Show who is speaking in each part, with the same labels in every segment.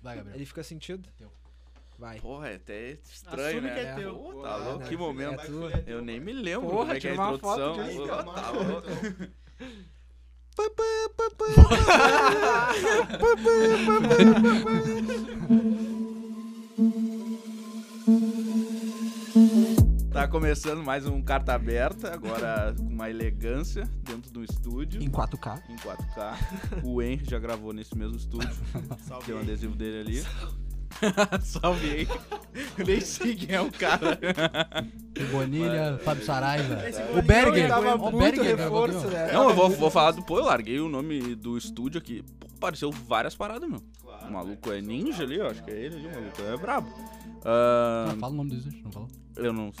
Speaker 1: Vai, Gabriel.
Speaker 2: Ele fica sentido?
Speaker 1: Teu.
Speaker 2: Vai.
Speaker 3: Porra, é até estranho,
Speaker 4: Assume
Speaker 3: né?
Speaker 4: que é
Speaker 2: É.
Speaker 4: teu.
Speaker 3: Pô,
Speaker 4: Pô,
Speaker 3: tá
Speaker 2: Ah,
Speaker 3: louco,
Speaker 2: não,
Speaker 3: que
Speaker 2: é
Speaker 3: momento.
Speaker 2: tu.
Speaker 3: Eu nem me lembro
Speaker 2: Porra,
Speaker 3: como é que é a
Speaker 2: tira uma foto
Speaker 3: introdução.
Speaker 2: disso,
Speaker 3: Pô,
Speaker 4: cara.
Speaker 3: tá louco. Tá começando mais um Carta Aberta, agora com uma elegância dentro do estúdio,
Speaker 2: Em 4K.
Speaker 3: em 4K. O Henry já gravou nesse mesmo estúdio,
Speaker 4: Salve.
Speaker 3: tem um adesivo dele ali. Salve aí. Nem sei quem é o cara.
Speaker 1: O Bonilha, Fábio Saraiva.
Speaker 4: é, Esse
Speaker 1: O
Speaker 4: Bonilha
Speaker 1: Berger.
Speaker 4: tava
Speaker 1: O
Speaker 4: muito
Speaker 1: Berger gravou aqui, ó.
Speaker 2: né?
Speaker 3: Não, eu vou, vou falar do. Pô, eu larguei o nome do estúdio aqui. Pô, apareceu várias paradas, meu. O maluco é ninja ali, ó. Acho que é ele ali, o maluco é brabo. Ah,
Speaker 1: Não, fala o nome do estúdio, não fala.
Speaker 3: eu não.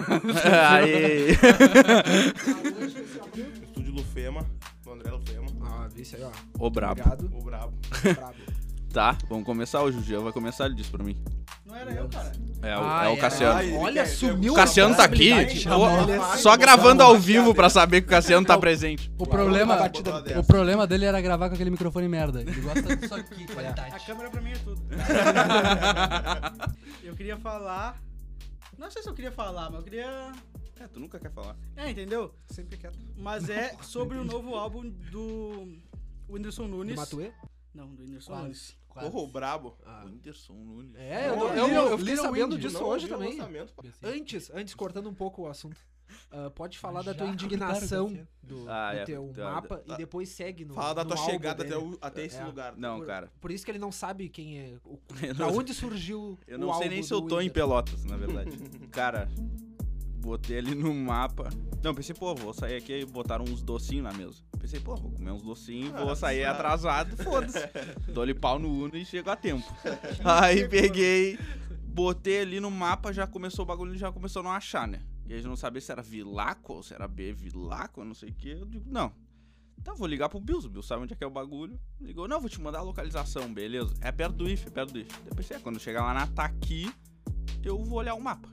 Speaker 3: Aí.
Speaker 4: Estúdio Lufema, do André Lufema.
Speaker 2: Ah, vi isso aí, ó.
Speaker 3: Ô, brabo.
Speaker 2: Obrigado.
Speaker 4: O brabo.
Speaker 2: Brabo.
Speaker 3: Tá, vamos começar hoje. O Jean vai começar, ele disse pra mim.
Speaker 4: Não era eu, cara.
Speaker 3: É, o,
Speaker 2: Ah,
Speaker 3: é o
Speaker 2: é.
Speaker 3: Cassiano.
Speaker 4: Ai,
Speaker 2: Olha,
Speaker 4: ele quer-
Speaker 2: sumiu
Speaker 3: O Cassiano tá aqui
Speaker 4: chamou
Speaker 3: ó,
Speaker 4: ele assim,
Speaker 3: só
Speaker 4: botou
Speaker 3: gravando
Speaker 4: a
Speaker 3: ao
Speaker 4: mão na
Speaker 3: vivo
Speaker 4: cara
Speaker 3: pra saber que o Cassiano tá presente.
Speaker 1: O problema,
Speaker 4: Uma batida dessa.
Speaker 1: o problema dele era gravar com aquele microfone merda. Ele gosta disso aqui,
Speaker 4: A
Speaker 1: qualidade.
Speaker 4: câmera pra mim é tudo. eu queria falar. Não sei se eu queria falar, mas eu queria.
Speaker 3: É, tu nunca quer falar.
Speaker 4: É, entendeu?
Speaker 2: Sempre quieto.
Speaker 4: Mas é sobre o novo álbum do Whindersson
Speaker 2: Do
Speaker 4: Nunes.
Speaker 2: Matuê?
Speaker 4: Não, do Whindersson
Speaker 1: Quase.
Speaker 4: Nunes.
Speaker 1: Quase.
Speaker 5: é brabo.
Speaker 2: Ah.
Speaker 3: Whindersson Nunes.
Speaker 2: É, eu,
Speaker 5: Não,
Speaker 2: eu- eu
Speaker 5: Little-
Speaker 2: fiquei
Speaker 5: Little
Speaker 2: sabendo
Speaker 5: Wind,
Speaker 2: disso
Speaker 5: não
Speaker 2: hoje
Speaker 5: ouviu o
Speaker 2: também.
Speaker 5: lançamento, pá.
Speaker 2: Antes, antes, cortando um pouco o assunto. ah, pode falar da tua
Speaker 1: Já
Speaker 2: indignação
Speaker 1: cortaram,
Speaker 2: do,
Speaker 3: Ah,
Speaker 2: do
Speaker 3: é,
Speaker 2: teu
Speaker 3: tá,
Speaker 2: mapa
Speaker 3: tá.
Speaker 2: e depois segue no.
Speaker 5: Fala da
Speaker 2: no
Speaker 5: tua
Speaker 2: álbum
Speaker 5: chegada
Speaker 2: dele.
Speaker 5: até, o- até esse
Speaker 2: É.
Speaker 5: lugar.
Speaker 3: Não, cara.
Speaker 2: Por isso que ele não sabe quem é. O,
Speaker 3: Eu
Speaker 2: da
Speaker 3: não-
Speaker 2: onde surgiu.
Speaker 3: Eu
Speaker 2: o
Speaker 3: não sei
Speaker 2: álbum
Speaker 3: nem se
Speaker 2: do
Speaker 3: eu tô em
Speaker 2: Whindersson.
Speaker 3: Pelotas, na verdade. Cara, botei ali no mapa. Não, pensei, pô, vou sair aqui e botaram uns docinhos na mesa. Pensei, pô, vou comer uns docinhos, vou
Speaker 5: Ah,
Speaker 3: sair
Speaker 5: sabe.
Speaker 3: atrasado, foda-se. Dou-lhe pau no Uno e chego a tempo. Aí peguei, botei ali no mapa, já começou o bagulho, já começou a não achar, né? E aí eu não sabia se era Vilaco ou se era B Vilaco, eu não sei o que. Eu digo, não. Tá, vou ligar pro Bills, o Bills sabe onde é que é o bagulho. Ligou, não, vou te mandar a localização, beleza? É perto do IF, é perto do IF. Daí Eu pensei, é, quando chegar lá na Taqui, eu vou olhar o mapa.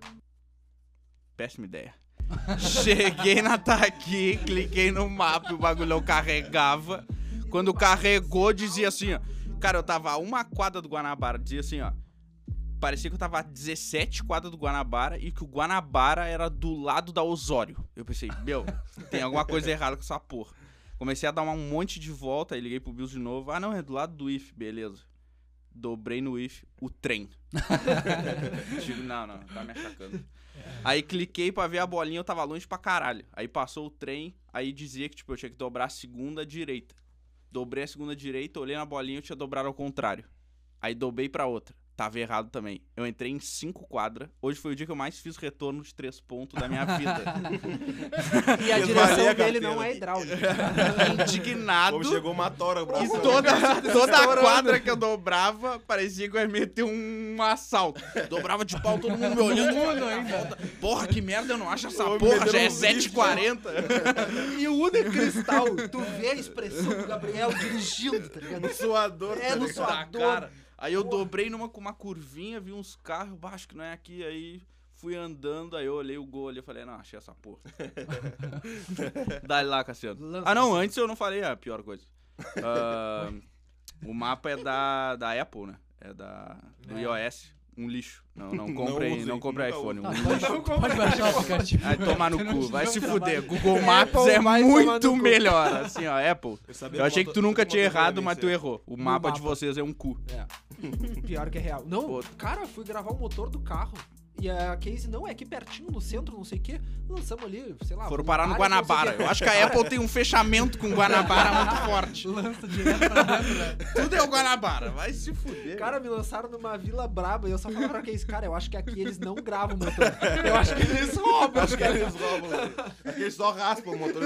Speaker 3: Péssima ideia. Cheguei na Taqui, cliquei no mapa e o bagulho não carregava. Quando carregou, dizia assim, ó. Cara, eu tava a uma quadra do Guanabara, dizia assim, ó. Parecia que eu tava a 17 quadras do Guanabara e que o Guanabara era do lado da Osório. Eu pensei, meu, tem alguma coisa errada com essa porra. Comecei a dar uma- um monte de volta, aí liguei pro Bills de novo. Ah, não, é do lado do IF, beleza. Dobrei no IF, o trem. Digo, não, não, tá me achacando. Aí cliquei pra ver a bolinha, eu tava longe pra caralho. Aí passou o trem, aí dizia que, tipo, eu tinha que dobrar a segunda direita. Dobrei a segunda direita, olhei na bolinha, eu tinha dobrado ao contrário. Aí dobrei pra outra. Tava errado também. Eu entrei em cinco quadras. Hoje foi o dia que eu mais fiz retorno de três pontos da minha vida.
Speaker 2: E a
Speaker 5: Fez valer
Speaker 2: direção
Speaker 5: a
Speaker 2: dele
Speaker 5: carteira.
Speaker 2: não é hidráulica.
Speaker 3: Indignado.
Speaker 5: Como chegou uma tora pra
Speaker 3: E
Speaker 5: cima.
Speaker 3: toda, toda a quadra que eu dobrava, parecia que eu ia meter um assalto. Dobrava de pau, todo mundo me olhando. Porra, que merda, eu não acho essa
Speaker 5: Ô,
Speaker 3: porra,
Speaker 5: metendo
Speaker 3: já é
Speaker 5: uns lixos,
Speaker 3: 7h40.
Speaker 2: E o Uno é cristal. Tu vê a expressão do Gabriel dirigindo, tá ligado?
Speaker 5: suador.
Speaker 2: É no
Speaker 3: Da
Speaker 2: suador.
Speaker 3: tá cara. Aí eu dobrei numa com uma curvinha, vi uns carros, bah, acho que não é aqui, aí fui andando, aí eu olhei o gol ali, eu falei, não, achei essa porra. Dá lá, Cassiano.
Speaker 2: Lança, assim.
Speaker 3: Ah, não, antes eu não falei a pior coisa. Ah, o mapa é da, da Apple, né? É da, do iOS. Um lixo. Não, não comprem, não,
Speaker 5: usem,
Speaker 3: comprem
Speaker 5: nunca
Speaker 3: iPhone. Um
Speaker 1: Não,
Speaker 3: lixo.
Speaker 1: pode,
Speaker 2: é?
Speaker 1: pode baixar o aplicativo.
Speaker 3: Vai tomar no cu, vai se fuder. Google
Speaker 2: Apple
Speaker 3: Maps é
Speaker 2: vai tomar no
Speaker 3: muito
Speaker 2: cu.
Speaker 3: melhor, assim, ó, Apple.
Speaker 5: Eu, sabia
Speaker 3: Eu achei que
Speaker 5: moto-
Speaker 3: tu nunca tinha
Speaker 5: motor
Speaker 3: errado,
Speaker 5: ia
Speaker 3: mas tu
Speaker 5: vencer.
Speaker 3: errou. O mapa de
Speaker 2: mapa.
Speaker 3: vocês é um cu.
Speaker 2: Pior que é real. Não,
Speaker 3: Outro.
Speaker 2: cara, fui gravar o motor do carro. E a case não é aqui pertinho, no centro, não sei o quê. Lançamos ali, sei
Speaker 4: Ah,
Speaker 2: lá.
Speaker 3: Foram parar
Speaker 2: Voluntárias, não sei
Speaker 3: no
Speaker 2: o
Speaker 3: Guanabara.
Speaker 2: quê.
Speaker 3: Eu acho que a Apple tem um fechamento com o Guanabara muito forte.
Speaker 1: Lança direto pra dentro, né?
Speaker 3: Tudo é o Guanabara, vai se fuder.
Speaker 2: Cara, me lançaram numa vila braba e eu só falava pra case, cara, eu acho que aqui eles não gravam o motor. Eu acho que eles roubam.
Speaker 5: Acho que eles roubam. Acho que eles só raspam o motor.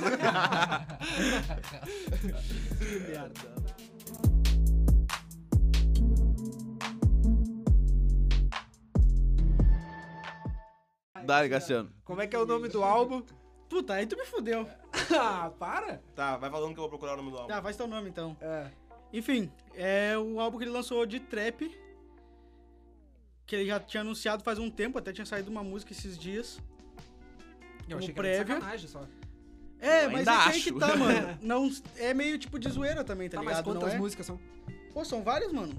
Speaker 3: Dá, Cassiano.
Speaker 2: Como é que é o nome do álbum?
Speaker 4: Puta, aí tu me fudeu.
Speaker 3: É,
Speaker 2: Ah, para.
Speaker 5: Tá, vai falando que eu vou procurar o nome do álbum.
Speaker 4: Tá, faz teu nome então.
Speaker 2: É.
Speaker 4: Enfim, é o álbum que ele lançou de trap. Que ele já tinha anunciado faz um tempo, até tinha saído uma música esses dias.
Speaker 2: Eu
Speaker 4: Como
Speaker 2: achei que era de
Speaker 4: prévia.
Speaker 2: sacanagem só. Tá,
Speaker 4: É,
Speaker 3: Eu
Speaker 4: mas
Speaker 3: ainda
Speaker 4: é que aí
Speaker 3: acho.
Speaker 4: que tá, mano. Não, é meio tipo de zoeira também, tá,
Speaker 2: Tá, mas
Speaker 4: ligado? Não
Speaker 2: quantas
Speaker 4: é?
Speaker 2: músicas são?
Speaker 4: Pô, são vários, mano.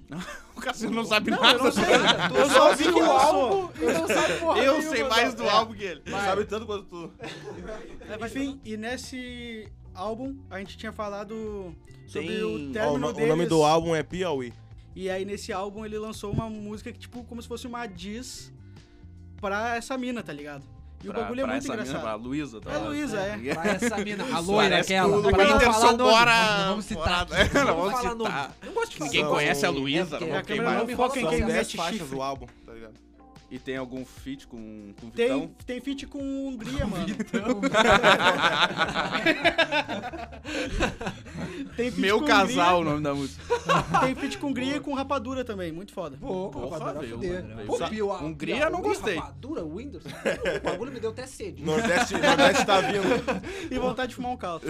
Speaker 3: O Cassino não sabe
Speaker 4: Não,
Speaker 3: nada.
Speaker 4: eu não sei.
Speaker 2: Eu
Speaker 4: Eu só
Speaker 2: só
Speaker 4: vi
Speaker 2: vi o
Speaker 4: que lançou.
Speaker 2: álbum e não sabe porra
Speaker 3: Eu
Speaker 2: nenhuma,
Speaker 3: sei
Speaker 2: não.
Speaker 3: mais do
Speaker 2: É.
Speaker 3: álbum que ele.
Speaker 5: Tu sabe tanto quanto tu.
Speaker 4: É, Enfim, e nesse álbum a gente tinha falado sobre
Speaker 3: Tem-
Speaker 4: o
Speaker 5: Ó, o,
Speaker 4: término
Speaker 5: no- o
Speaker 4: deles.
Speaker 5: nome do álbum é Piauí.
Speaker 4: E aí nesse álbum ele lançou uma música que, tipo, como se fosse uma diz pra essa mina, tá ligado? E o
Speaker 3: Pra-
Speaker 4: bagulho é
Speaker 3: pra
Speaker 4: muito
Speaker 3: essa mina,
Speaker 4: engraçado.
Speaker 3: pra Luísa, tá
Speaker 4: É
Speaker 3: lá.
Speaker 4: Luísa, é.
Speaker 2: Pra essa mina, a loira
Speaker 3: Parece
Speaker 2: aquela.
Speaker 3: tudo
Speaker 2: pra não
Speaker 3: Whindersson
Speaker 2: falar nome,
Speaker 3: Bora-
Speaker 1: Não vamos citar
Speaker 3: Bora-
Speaker 4: né?
Speaker 1: aqui.
Speaker 3: Não
Speaker 1: Não vamos
Speaker 3: vamos
Speaker 1: falar nome.
Speaker 3: citar.
Speaker 2: Não gosto de falar
Speaker 3: Ninguém
Speaker 5: São-
Speaker 2: nome.
Speaker 3: conhece a
Speaker 4: um
Speaker 3: Luísa,
Speaker 2: é porque
Speaker 3: não
Speaker 2: a
Speaker 3: vamos
Speaker 4: câmera
Speaker 3: queimar.
Speaker 4: não me foca em
Speaker 5: São
Speaker 4: quem
Speaker 2: é
Speaker 5: 10
Speaker 4: mete
Speaker 5: faixas
Speaker 4: chifre.
Speaker 5: do álbum, tá ligado?
Speaker 3: E tem algum feat com, com o
Speaker 4: Tem,
Speaker 3: Vitão?
Speaker 4: tem feat com o Umbria, mano. Tem feat
Speaker 3: Meu
Speaker 4: com o
Speaker 3: casal, o nome da música.
Speaker 4: Hungria, tem feat com Gria e com Rapadura também, muito foda.
Speaker 2: Pô,
Speaker 3: Porra,
Speaker 2: rapadura,
Speaker 3: veio,
Speaker 2: fuder.
Speaker 3: mano, veio.
Speaker 2: Pô,
Speaker 3: Sa-
Speaker 2: pior-
Speaker 3: Hungria,
Speaker 2: pior-
Speaker 3: não
Speaker 2: Hungria,
Speaker 3: gostei.
Speaker 2: Rapadura, Windows. O bagulho me deu até sede.
Speaker 5: Nordeste, Nordeste tá vindo.
Speaker 4: E vontade de fumar um caldo.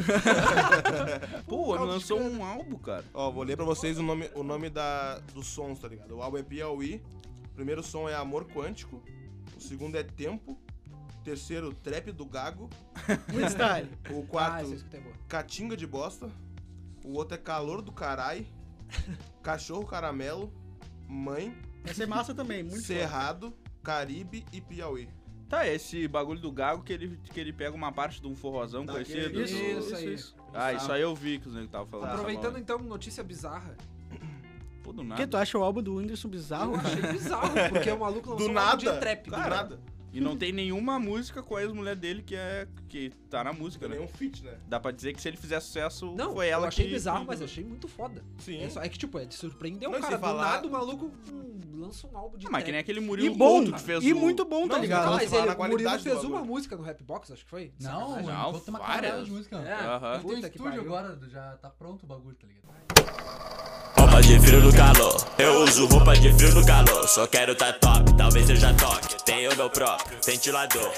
Speaker 3: Pô, ele
Speaker 2: caldo de
Speaker 3: lançou
Speaker 2: cana.
Speaker 3: um álbum, cara.
Speaker 5: Ó, vou ler pra vocês o nome, o nome da, dos sons, tá ligado? O álbum é Piauí. O primeiro som é Amor Quântico. O segundo é Tempo. O terceiro, Trap do Gago.
Speaker 4: Muito style.
Speaker 5: O
Speaker 2: Ah,
Speaker 5: quarto, Tá,
Speaker 2: essa eu escutei boa.
Speaker 5: Catinga de Bosta. O outro é Calor do Carai. Cachorro Caramelo. Mãe.
Speaker 4: Essa é massa também, muito foda.
Speaker 5: Cerrado. Caribe e Piauí.
Speaker 3: Tá, esse bagulho do Gago que ele, que ele pega uma parte de um forrozão
Speaker 5: Daquele-
Speaker 3: conhecido.
Speaker 4: Isso,
Speaker 3: do-
Speaker 4: isso, Tá.
Speaker 2: Isso aí.
Speaker 4: isso.
Speaker 3: Ah, isso aí eu vi que os negros estavam falando. dessa
Speaker 2: Aproveitando
Speaker 3: mão.
Speaker 2: então notícia bizarra.
Speaker 3: Pô, do
Speaker 4: O
Speaker 3: nada.
Speaker 4: que tu acha o álbum do Whindersson bizarro?
Speaker 2: Eu achei bizarro, porque o maluco lançou
Speaker 5: Do
Speaker 2: um álbum de
Speaker 5: nada.
Speaker 2: trap.
Speaker 5: do nada.
Speaker 3: E não tem nenhuma música com a ex-mulher dele que, é, que tá na música,
Speaker 5: Tem
Speaker 3: né?
Speaker 5: nenhum feat, né?
Speaker 3: Dá pra dizer que se ele fizer sucesso,
Speaker 2: Não,
Speaker 3: foi ela
Speaker 2: eu achei
Speaker 3: que...
Speaker 2: bizarro,
Speaker 3: que-
Speaker 2: mas eu achei muito foda.
Speaker 5: Sim.
Speaker 2: É, só- é que, tipo, é, te surpreendeu,
Speaker 5: Não, e
Speaker 2: cara.
Speaker 5: sem falar-
Speaker 2: Do nada o maluco hum, lança um álbum de
Speaker 3: Ah, mas que nem
Speaker 2: trap.
Speaker 3: aquele
Speaker 4: E
Speaker 3: Murilo
Speaker 4: bom,
Speaker 3: Couto que fez
Speaker 4: e
Speaker 3: o-
Speaker 4: muito bom, tá
Speaker 5: Não,
Speaker 4: ligado?
Speaker 2: Ah,
Speaker 5: Nossa,
Speaker 2: mas
Speaker 5: falar
Speaker 2: ele,
Speaker 5: na
Speaker 2: o Murilo
Speaker 5: qualidade do
Speaker 2: fez uma
Speaker 5: bagulho.
Speaker 2: música no Rapbox, acho que foi?
Speaker 1: Não,
Speaker 2: Sacanagem.
Speaker 3: Não,
Speaker 1: não tem uma
Speaker 3: várias.
Speaker 1: caralho de música.
Speaker 2: É,
Speaker 3: Aham.
Speaker 1: Ele tem um
Speaker 2: puta que
Speaker 1: estúdio
Speaker 2: pariu.
Speaker 1: agora, já tá pronto o bagulho, tá ligado?
Speaker 6: Roupa de frio no calor, eu uso roupa de frio no calor. Só quero tá top, talvez eu já toque. Tenho meu próprio ventilador.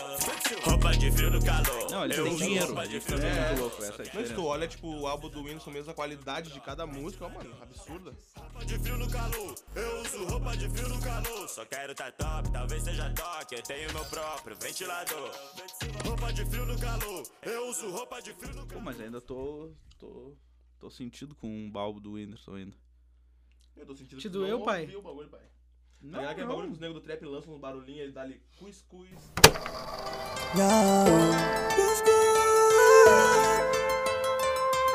Speaker 6: Roupa de frio no calor.
Speaker 3: Não, ele
Speaker 6: eu
Speaker 3: tem
Speaker 6: uso
Speaker 3: dinheiro.
Speaker 6: roupa de
Speaker 3: Ele
Speaker 6: frio
Speaker 3: foi
Speaker 6: no calor.
Speaker 3: muito louco, essa é a
Speaker 5: Mas se
Speaker 3: diferença.
Speaker 5: tu olha, tipo, o álbum do Whindersson mesmo, a qualidade de cada música, ó, mano, absurda.
Speaker 6: Roupa de frio no calor, eu uso roupa de frio no calor. Só quero tá top, talvez seja toque. Eu tenho meu próprio ventilador. Roupa de frio no calor, eu uso roupa de frio no
Speaker 3: Pô,
Speaker 6: calor.
Speaker 3: mas ainda tô... tô... Tô sentido com um balbo do Whindersson ainda.
Speaker 5: Eu tô sentindo
Speaker 4: Te
Speaker 5: que
Speaker 4: doeu,
Speaker 5: não
Speaker 4: pai?
Speaker 5: ouvi o bagulho, pai. Tá
Speaker 3: Não,
Speaker 5: ligado que é
Speaker 3: não.
Speaker 5: bagulho que os negros do trap lançam uns barulhinhos, eles dão ali cus cus.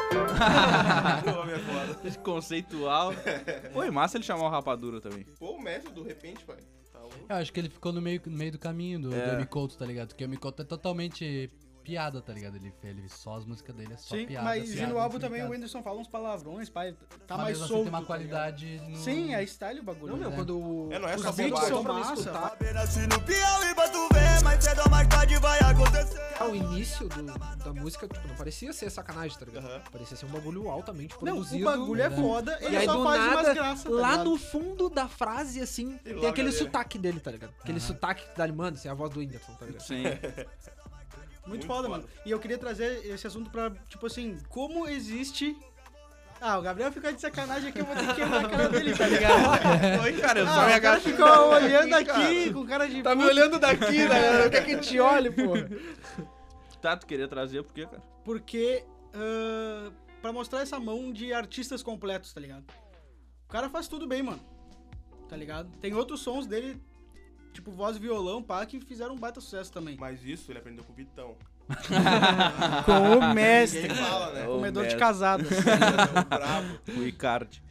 Speaker 5: O homem é foda.
Speaker 3: Esse conceitual. Foi massa ele chamar o Rapadura também.
Speaker 5: Pô, o mestre do repente, pai. Tá louco.
Speaker 1: Eu acho que ele ficou no meio, no meio do caminho do,
Speaker 3: É.
Speaker 1: do M. Couto, tá ligado? Porque o M. Couto é totalmente piada, tá ligado? Ele, ele só as músicas dele é só
Speaker 4: Sim,
Speaker 1: piada.
Speaker 4: mas e
Speaker 1: piada, tá
Speaker 4: no álbum
Speaker 1: piada.
Speaker 4: também o Whindersson fala uns palavrões, pai. Tá
Speaker 1: Mas
Speaker 4: mais
Speaker 1: mesmo assim
Speaker 4: solto.
Speaker 1: tem uma
Speaker 4: tá ligado?
Speaker 1: qualidade no...
Speaker 4: Sim, é style o bagulho.
Speaker 2: Não, meu,
Speaker 4: né?
Speaker 2: quando.
Speaker 5: É, não é tá?
Speaker 2: os
Speaker 5: só
Speaker 2: vídeos
Speaker 5: bobagem.
Speaker 2: são tá? pra mim
Speaker 4: Massa.
Speaker 2: escutar.
Speaker 6: Nasci no Piauí pra tu ver, mas cedo ou mais tarde vai acontecer.
Speaker 2: É O início do- da música, tipo, não parecia ser sacanagem, tá ligado?
Speaker 5: Aham.
Speaker 2: Parecia ser um bagulho altamente
Speaker 4: Não,
Speaker 2: produzido.
Speaker 4: o bagulho é
Speaker 1: né?
Speaker 4: foda,
Speaker 2: E
Speaker 4: ele
Speaker 2: aí,
Speaker 4: só
Speaker 2: do
Speaker 4: faz umas
Speaker 2: nada,
Speaker 4: graças. tá
Speaker 2: Lá
Speaker 4: ligado?
Speaker 2: no fundo da frase, assim, tem
Speaker 5: larga
Speaker 2: aquele
Speaker 5: dele.
Speaker 2: sotaque dele, tá ligado? Aquele
Speaker 1: Aham.
Speaker 2: sotaque que dá ali, mano, assim, a voz do Whindersson, tá ligado?
Speaker 3: Sim.
Speaker 4: Muito, foda, mano. E eu queria trazer esse assunto pra, tipo assim, como existe. Ah, o Gabriel fica de sacanagem aqui, eu vou ter que quebrar a cara dele, tá ligado?
Speaker 3: Oi, cara, eu só me
Speaker 4: Ah, o cara
Speaker 3: agachei.
Speaker 4: ficou olhando aqui com cara de.
Speaker 2: Tá me olhando daqui, tá ligado?
Speaker 4: é
Speaker 2: Quer que eu te olhe, porra?
Speaker 3: Tá, tu queria trazer por quê, cara?
Speaker 4: Porque. ah, pra mostrar essa mão de artistas completos, tá ligado? O cara faz tudo bem, mano. Tá ligado? Tem outros sons dele, tipo voz e violão, pá, que fizeram um baita sucesso também.
Speaker 5: Mas isso ele aprendeu com o Vitão.
Speaker 4: Com o mestre.
Speaker 5: Ninguém fala, né?
Speaker 3: Ô,
Speaker 4: Comedor de
Speaker 3: mestre.
Speaker 4: casadas.
Speaker 5: É o brabo.
Speaker 3: O Icardi.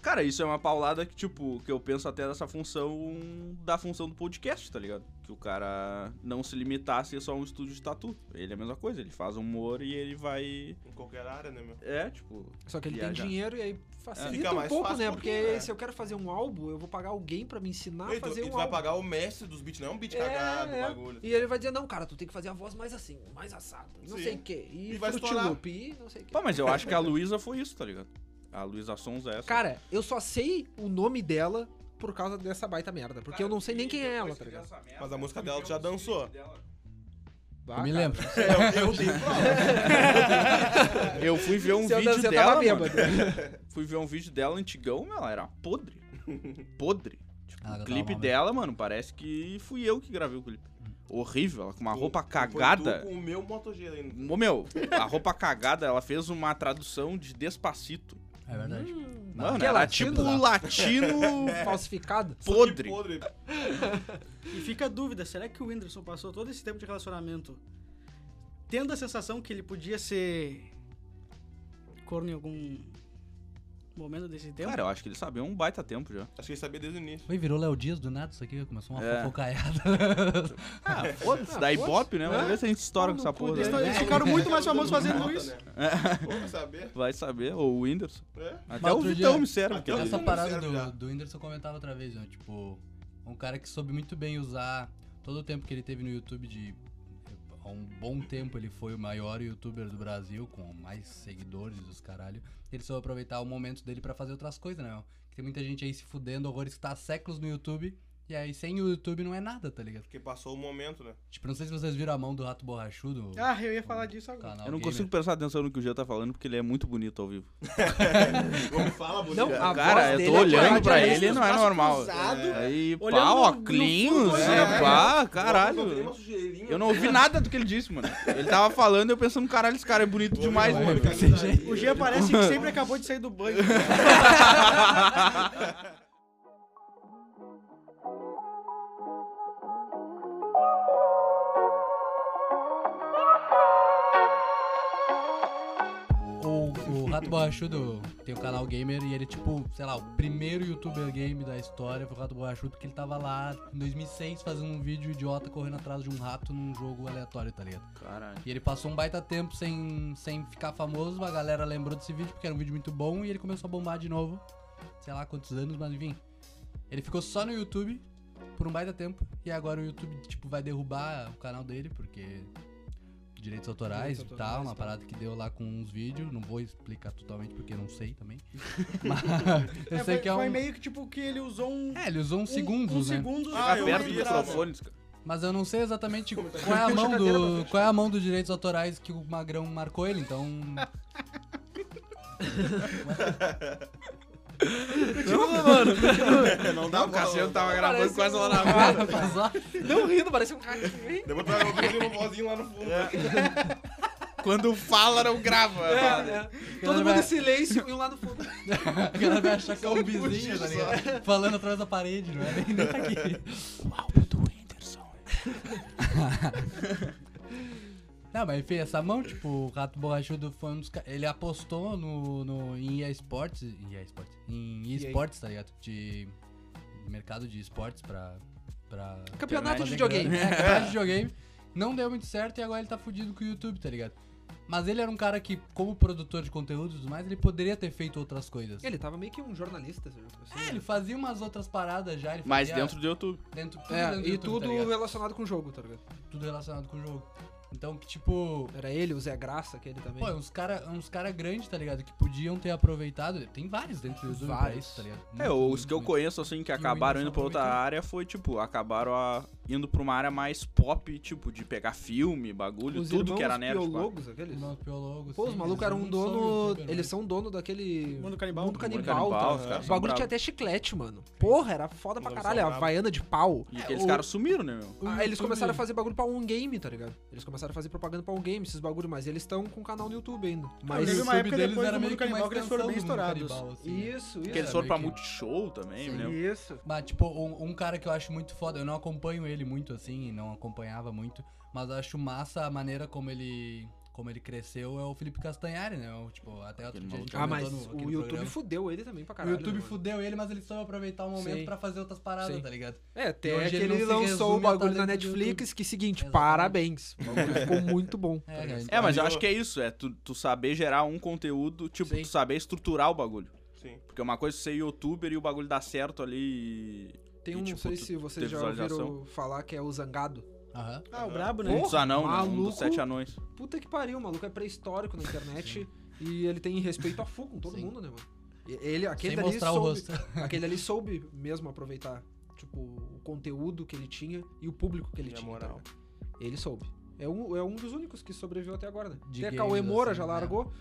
Speaker 3: Cara, isso é uma paulada que, tipo, que eu penso até dessa função da função do podcast, tá ligado? Que o cara não se limitasse a só um estúdio de tatu. Ele é a mesma coisa, ele faz humor e ele vai.
Speaker 5: Em qualquer área, né, meu?
Speaker 3: É, tipo.
Speaker 2: Só que ele
Speaker 3: Viajar.
Speaker 2: tem dinheiro e aí
Speaker 5: É, Fica
Speaker 2: facilita um
Speaker 5: mais
Speaker 2: pouco,
Speaker 5: fácil
Speaker 2: né?
Speaker 5: um
Speaker 2: Porque
Speaker 5: pouquinho, né?
Speaker 2: se eu quero fazer um álbum, eu vou pagar alguém pra me ensinar
Speaker 5: E
Speaker 2: a
Speaker 5: tu,
Speaker 2: fazer
Speaker 5: e tu
Speaker 2: um
Speaker 5: vai
Speaker 2: álbum.
Speaker 5: pagar o mestre dos beats, não é um beat
Speaker 2: É,
Speaker 5: cagado,
Speaker 2: é.
Speaker 5: bagulho.
Speaker 2: E ele vai dizer, não, cara, tu tem que fazer a voz mais assim, mais assado, não
Speaker 5: Sim.
Speaker 2: sei o quê. E,
Speaker 5: E vai
Speaker 2: Fruit
Speaker 5: estourar.
Speaker 2: Loop, e não sei o quê.
Speaker 3: Pá, mas eu acho que a Luísa foi isso, tá ligado? A Luísa Sons é essa.
Speaker 2: Cara, eu só sei o nome dela por causa dessa baita merda. Porque eu não sei nem quem é ela, tá ligado?
Speaker 5: Mas a música dela tu já dançou.
Speaker 1: Eu me lembro.
Speaker 5: Ah, É, eu, eu tenho prova.
Speaker 3: Eu fui ver um
Speaker 2: Se eu
Speaker 3: vídeo
Speaker 2: dançar, eu
Speaker 3: dela.
Speaker 2: tava
Speaker 3: mano.
Speaker 2: bêbado. né?
Speaker 3: Fui ver um vídeo dela antigão, meu, ela era podre. Podre. Tipo,
Speaker 1: Ela
Speaker 3: o
Speaker 1: cantava
Speaker 3: clipe
Speaker 1: mal mesmo.
Speaker 3: dela, mano, parece que fui eu que gravei o clipe. Horrível, ela com uma roupa
Speaker 5: Foi
Speaker 3: cagada.
Speaker 5: tu com o meu Moto G ainda.
Speaker 3: Ô, meu, a roupa cagada, ela fez uma tradução de Despacito.
Speaker 1: É verdade.
Speaker 3: Mano,
Speaker 2: Que
Speaker 3: era
Speaker 2: latino?
Speaker 3: tipo latino
Speaker 2: Falsificado.
Speaker 3: É. podre.
Speaker 5: Podre.
Speaker 4: E fica a dúvida, será que o Whindersson passou todo esse tempo de relacionamento tendo a sensação que ele podia ser corno em algum momento desse tempo?
Speaker 3: Cara, eu acho que ele sabia um baita tempo já.
Speaker 5: Acho que ele sabia desde o início.
Speaker 1: Oi, virou Léo Dias do nada isso aqui, começou uma
Speaker 3: É.
Speaker 1: fofocaiada. É.
Speaker 3: Ah, foda-se, da Ibope, né? Vamos ver se a gente estoura com essa porra.
Speaker 4: Eles,
Speaker 3: daí.
Speaker 4: tão- eles
Speaker 2: É.
Speaker 4: ficaram muito mais famosos fazendo isso.
Speaker 5: né? Vamos saber.
Speaker 3: Vai saber, ou o Whindersson.
Speaker 5: É.
Speaker 3: Até
Speaker 1: Mas
Speaker 3: o
Speaker 1: outro
Speaker 3: Vitão
Speaker 1: dia-
Speaker 3: me serve.
Speaker 5: Até Eu o
Speaker 1: Essa
Speaker 5: não
Speaker 1: parada
Speaker 5: serve já.
Speaker 1: do, do Whindersson comentava outra vez, né? Tipo, um cara que soube muito bem usar todo o tempo que ele teve no YouTube de. Há um bom tempo ele foi o maior youtuber do Brasil, com mais seguidores dos caralho. Ele soube aproveitar o momento dele pra fazer outras coisas, né? Tem muita gente aí se fudendo, horrores que tá há séculos no YouTube. E aí, sem o YouTube não é nada, tá ligado?
Speaker 5: Porque passou o momento, né?
Speaker 1: Tipo, não sei se vocês viram a mão do Rato Borrachudo. o
Speaker 4: Ah, eu ia falar disso agora.
Speaker 1: canal
Speaker 3: Eu não
Speaker 1: gamer.
Speaker 3: consigo prestar atenção no que o Jean tá falando, porque ele é muito bonito ao vivo.
Speaker 5: Vamos falar, bonito.
Speaker 2: Não,
Speaker 4: ah,
Speaker 2: a
Speaker 3: Cara,
Speaker 2: voz
Speaker 3: eu
Speaker 2: dele
Speaker 3: tô
Speaker 2: é
Speaker 3: olhando
Speaker 2: coragem,
Speaker 3: pra
Speaker 2: olha
Speaker 3: ele e
Speaker 2: isso,
Speaker 3: não é
Speaker 2: braço
Speaker 3: normal. É,
Speaker 2: cruzado.
Speaker 3: Aí,
Speaker 4: Olhando
Speaker 3: pá,
Speaker 4: no- no
Speaker 3: óculos,
Speaker 4: fundo,
Speaker 3: né?
Speaker 5: é.
Speaker 3: Pá,
Speaker 5: Eu não tenho
Speaker 3: caralho.
Speaker 5: uma sujeirinha.
Speaker 3: Eu não ouvi nada do que ele disse, mano. Ele tava falando e eu pensando, caralho, esse cara é bonito demais,
Speaker 5: Vai,
Speaker 3: mano.
Speaker 5: vai,
Speaker 1: Esse
Speaker 5: vai.
Speaker 1: jeito.
Speaker 4: O Gia parece que sempre acabou de sair do banho.
Speaker 1: O, o Rato Borrachudo tem o canal Gamer e ele, tipo, sei lá, o primeiro youtuber game da história foi o Rato Borrachudo, porque ele tava lá em 2006 fazendo um vídeo idiota correndo atrás de um rato num jogo aleatório, tá ligado?
Speaker 3: Caralho.
Speaker 1: E ele passou um baita tempo sem, sem ficar famoso, a galera lembrou desse vídeo porque era um vídeo muito bom e ele começou a bombar de novo, sei lá quantos anos, mas enfim. Ele ficou só no YouTube por um baita tempo e agora o YouTube, tipo, vai derrubar o canal dele porque direitos autorais e
Speaker 4: Direitos
Speaker 1: tal,
Speaker 4: autorais,
Speaker 1: uma
Speaker 4: tá.
Speaker 1: parada que deu lá com uns vídeos, não vou explicar totalmente porque eu não sei também. Mas eu
Speaker 4: É,
Speaker 1: sei
Speaker 4: foi,
Speaker 1: que é um...
Speaker 4: foi meio que tipo que ele usou um.
Speaker 1: É, ele usou uns segundos,
Speaker 4: um, um
Speaker 1: né?
Speaker 4: segundos
Speaker 5: Ah,
Speaker 4: pra
Speaker 3: Tá
Speaker 5: eu
Speaker 3: Perto do
Speaker 5: vi
Speaker 4: entrar, né?
Speaker 3: microfone, cara.
Speaker 1: Mas eu não sei exatamente qual é a mão do qual é a mão dos direitos autorais que o Magrão marcou ele, então
Speaker 5: Não
Speaker 3: Não, o Cassiano tava gravando
Speaker 2: Parece
Speaker 3: quase
Speaker 2: um-
Speaker 3: lá na mala.
Speaker 1: Mas ó,
Speaker 2: Não rindo, parece um cara.
Speaker 5: Depois tu vai ouvir uma vozinha lá no fundo.
Speaker 4: É.
Speaker 3: Quando fala, não grava.
Speaker 1: É, né?
Speaker 2: Todo
Speaker 1: Cara,
Speaker 2: mundo
Speaker 1: vai-
Speaker 2: em silêncio e um lá no fundo.
Speaker 1: o cara vai achar que é um vizinho, tá ligado? Falando atrás da parede, não é nem daqui. Não, mas enfim, essa mão, tipo, o Rato Borrachudo foi um dos ca- Ele apostou no, no, em EA Sports, em EA Sports, em
Speaker 2: EA.
Speaker 1: esportes, tá ligado? De mercado de esportes pra... pra
Speaker 2: Campeonato de
Speaker 1: fazer
Speaker 2: videogame.
Speaker 1: grana. É, campeonato de videogame. Não deu muito certo e agora ele tá fudido com o YouTube, tá ligado? Mas ele era um cara que, como produtor de conteúdo e tudo mais, ele poderia ter feito outras coisas.
Speaker 2: Ele tava meio que um jornalista. sabe? Assim,
Speaker 1: É, ele
Speaker 2: né?
Speaker 1: fazia umas outras paradas já. Ele
Speaker 3: Mas
Speaker 1: fazia
Speaker 3: dentro do YouTube.
Speaker 1: dentro, tudo
Speaker 2: É,
Speaker 1: dentro do
Speaker 2: e
Speaker 1: YouTube, tá
Speaker 2: tudo
Speaker 1: ligado?
Speaker 2: relacionado com o jogo, tá ligado?
Speaker 1: tudo relacionado com o jogo. Então, que tipo,
Speaker 2: Era ele, o Zé Graça, aquele também.
Speaker 1: pô, é uns cara, é uns cara grande, tá ligado? Que podiam ter aproveitado. Tem vários dentro do YouTube pra
Speaker 2: Vários.
Speaker 1: isso, tá ligado?
Speaker 3: É,
Speaker 1: Muito,
Speaker 3: os
Speaker 1: muito,
Speaker 3: que eu
Speaker 1: muito.
Speaker 3: conheço, assim, que
Speaker 1: o
Speaker 3: acabaram indo pra outra
Speaker 1: aproveitou.
Speaker 3: área foi, tipo, acabaram a- indo pra uma área mais pop, tipo, de pegar filme, bagulho,
Speaker 2: Os
Speaker 3: tudo que
Speaker 2: irmãos
Speaker 3: era nerd. Tipo,
Speaker 2: Biologos, aqueles.
Speaker 1: Irmão Piologo,
Speaker 2: Pô, os
Speaker 1: sim,
Speaker 2: malucos
Speaker 1: eles
Speaker 2: eram um
Speaker 1: não são
Speaker 2: dono.
Speaker 1: youtuber,
Speaker 2: Eles
Speaker 1: né?
Speaker 2: são dono daquele.
Speaker 4: Mundo canibal.
Speaker 2: Mundo
Speaker 3: Mundo
Speaker 2: canibal,
Speaker 3: Canibal, os
Speaker 2: tá?
Speaker 3: caras
Speaker 2: O
Speaker 3: são
Speaker 2: bagulho tinha
Speaker 3: bravos.
Speaker 2: até chiclete, mano. Porra, era foda pra
Speaker 5: Eles
Speaker 2: caralho. É
Speaker 5: são
Speaker 2: A Havaiana de pau.
Speaker 3: e
Speaker 1: É,
Speaker 3: aqueles
Speaker 1: o-
Speaker 3: caras sumiram, né, meu?
Speaker 1: O
Speaker 2: Ah, eles
Speaker 1: YouTube-
Speaker 2: começaram a fazer bagulho pra um game, tá ligado? Eles começaram a fazer propaganda pra um game, esses bagulho, mas eles estão com um canal no YouTube ainda.
Speaker 1: O
Speaker 2: Mas.
Speaker 4: Teve uma
Speaker 1: YouTube
Speaker 4: época
Speaker 1: deles
Speaker 4: depois
Speaker 1: era
Speaker 4: do
Speaker 1: meio
Speaker 4: Mundo
Speaker 1: que uma
Speaker 4: Canibal que eles
Speaker 1: extensão
Speaker 4: foram bem
Speaker 1: do Mundo
Speaker 4: estourados.
Speaker 1: Canibal, assim, né?
Speaker 2: Isso,
Speaker 3: Que eles
Speaker 1: é,
Speaker 2: isso.
Speaker 3: foram pra
Speaker 1: meio que-
Speaker 3: Multishow também,
Speaker 1: Sim.
Speaker 3: né?
Speaker 2: Isso.
Speaker 1: Mas, tipo, um, um cara que eu acho muito foda, eu não acompanho ele muito, assim, e não acompanhava muito, mas eu acho massa a maneira como ele como ele cresceu é o Felipe Castanhari, né? O, tipo, até outro
Speaker 3: Aquele
Speaker 1: dia a gente
Speaker 3: maluco.
Speaker 2: Ah, mas
Speaker 1: comentou no- aqui
Speaker 2: o
Speaker 1: no
Speaker 2: YouTube
Speaker 1: programa.
Speaker 2: fudeu ele também pra caralho.
Speaker 1: O YouTube
Speaker 2: né, mano?
Speaker 1: fudeu ele, mas ele soube aproveitar o momento
Speaker 2: Sim.
Speaker 1: pra fazer outras paradas,
Speaker 2: Sim.
Speaker 1: tá ligado?
Speaker 2: É,
Speaker 1: E
Speaker 2: até
Speaker 1: hoje
Speaker 2: que
Speaker 1: ele
Speaker 2: ele,
Speaker 1: não se
Speaker 2: lançou o
Speaker 1: resume a
Speaker 2: bagulho
Speaker 1: tá
Speaker 2: na
Speaker 1: dentro do
Speaker 2: Netflix, que é seguinte,
Speaker 1: Exatamente.
Speaker 2: parabéns. O bagulho ficou muito bom. tá
Speaker 1: É, cara,
Speaker 3: É, mas eu
Speaker 5: Amigo-
Speaker 3: acho que é isso, é tu, tu saber gerar um conteúdo, tipo,
Speaker 2: Sim.
Speaker 3: tu saber estruturar o bagulho.
Speaker 5: Sim.
Speaker 3: Porque uma coisa é ser youtuber e o bagulho dar certo ali e...
Speaker 2: Tem um,
Speaker 3: e, tipo,
Speaker 2: não sei
Speaker 3: tu
Speaker 2: se vocês
Speaker 3: ter
Speaker 2: já
Speaker 3: visualização.
Speaker 2: ouviram falar, que é o Zangado.
Speaker 1: Aham.
Speaker 4: Ah, o brabo, né?
Speaker 3: Um dos anão, né? Um
Speaker 2: maluco.
Speaker 3: dos sete anões.
Speaker 2: Puta que pariu, o maluco é pré-histórico na internet e ele tem respeito a full com todo
Speaker 1: Sim.
Speaker 2: mundo, né, mano? E- Ele, aquele
Speaker 1: Sem
Speaker 2: ali
Speaker 1: mostrar o
Speaker 2: soube,
Speaker 1: rosto.
Speaker 2: Aquele ali soube mesmo aproveitar, tipo, o conteúdo que ele tinha e o público que ele
Speaker 5: E a
Speaker 2: tinha.
Speaker 5: moral.
Speaker 2: tá ligado? ele soube. É um, é um dos únicos que sobreviveu até agora, né?
Speaker 1: De
Speaker 2: Tem a
Speaker 1: games,
Speaker 2: Cauê Moura,
Speaker 1: assim,
Speaker 2: já
Speaker 1: né?
Speaker 2: largou.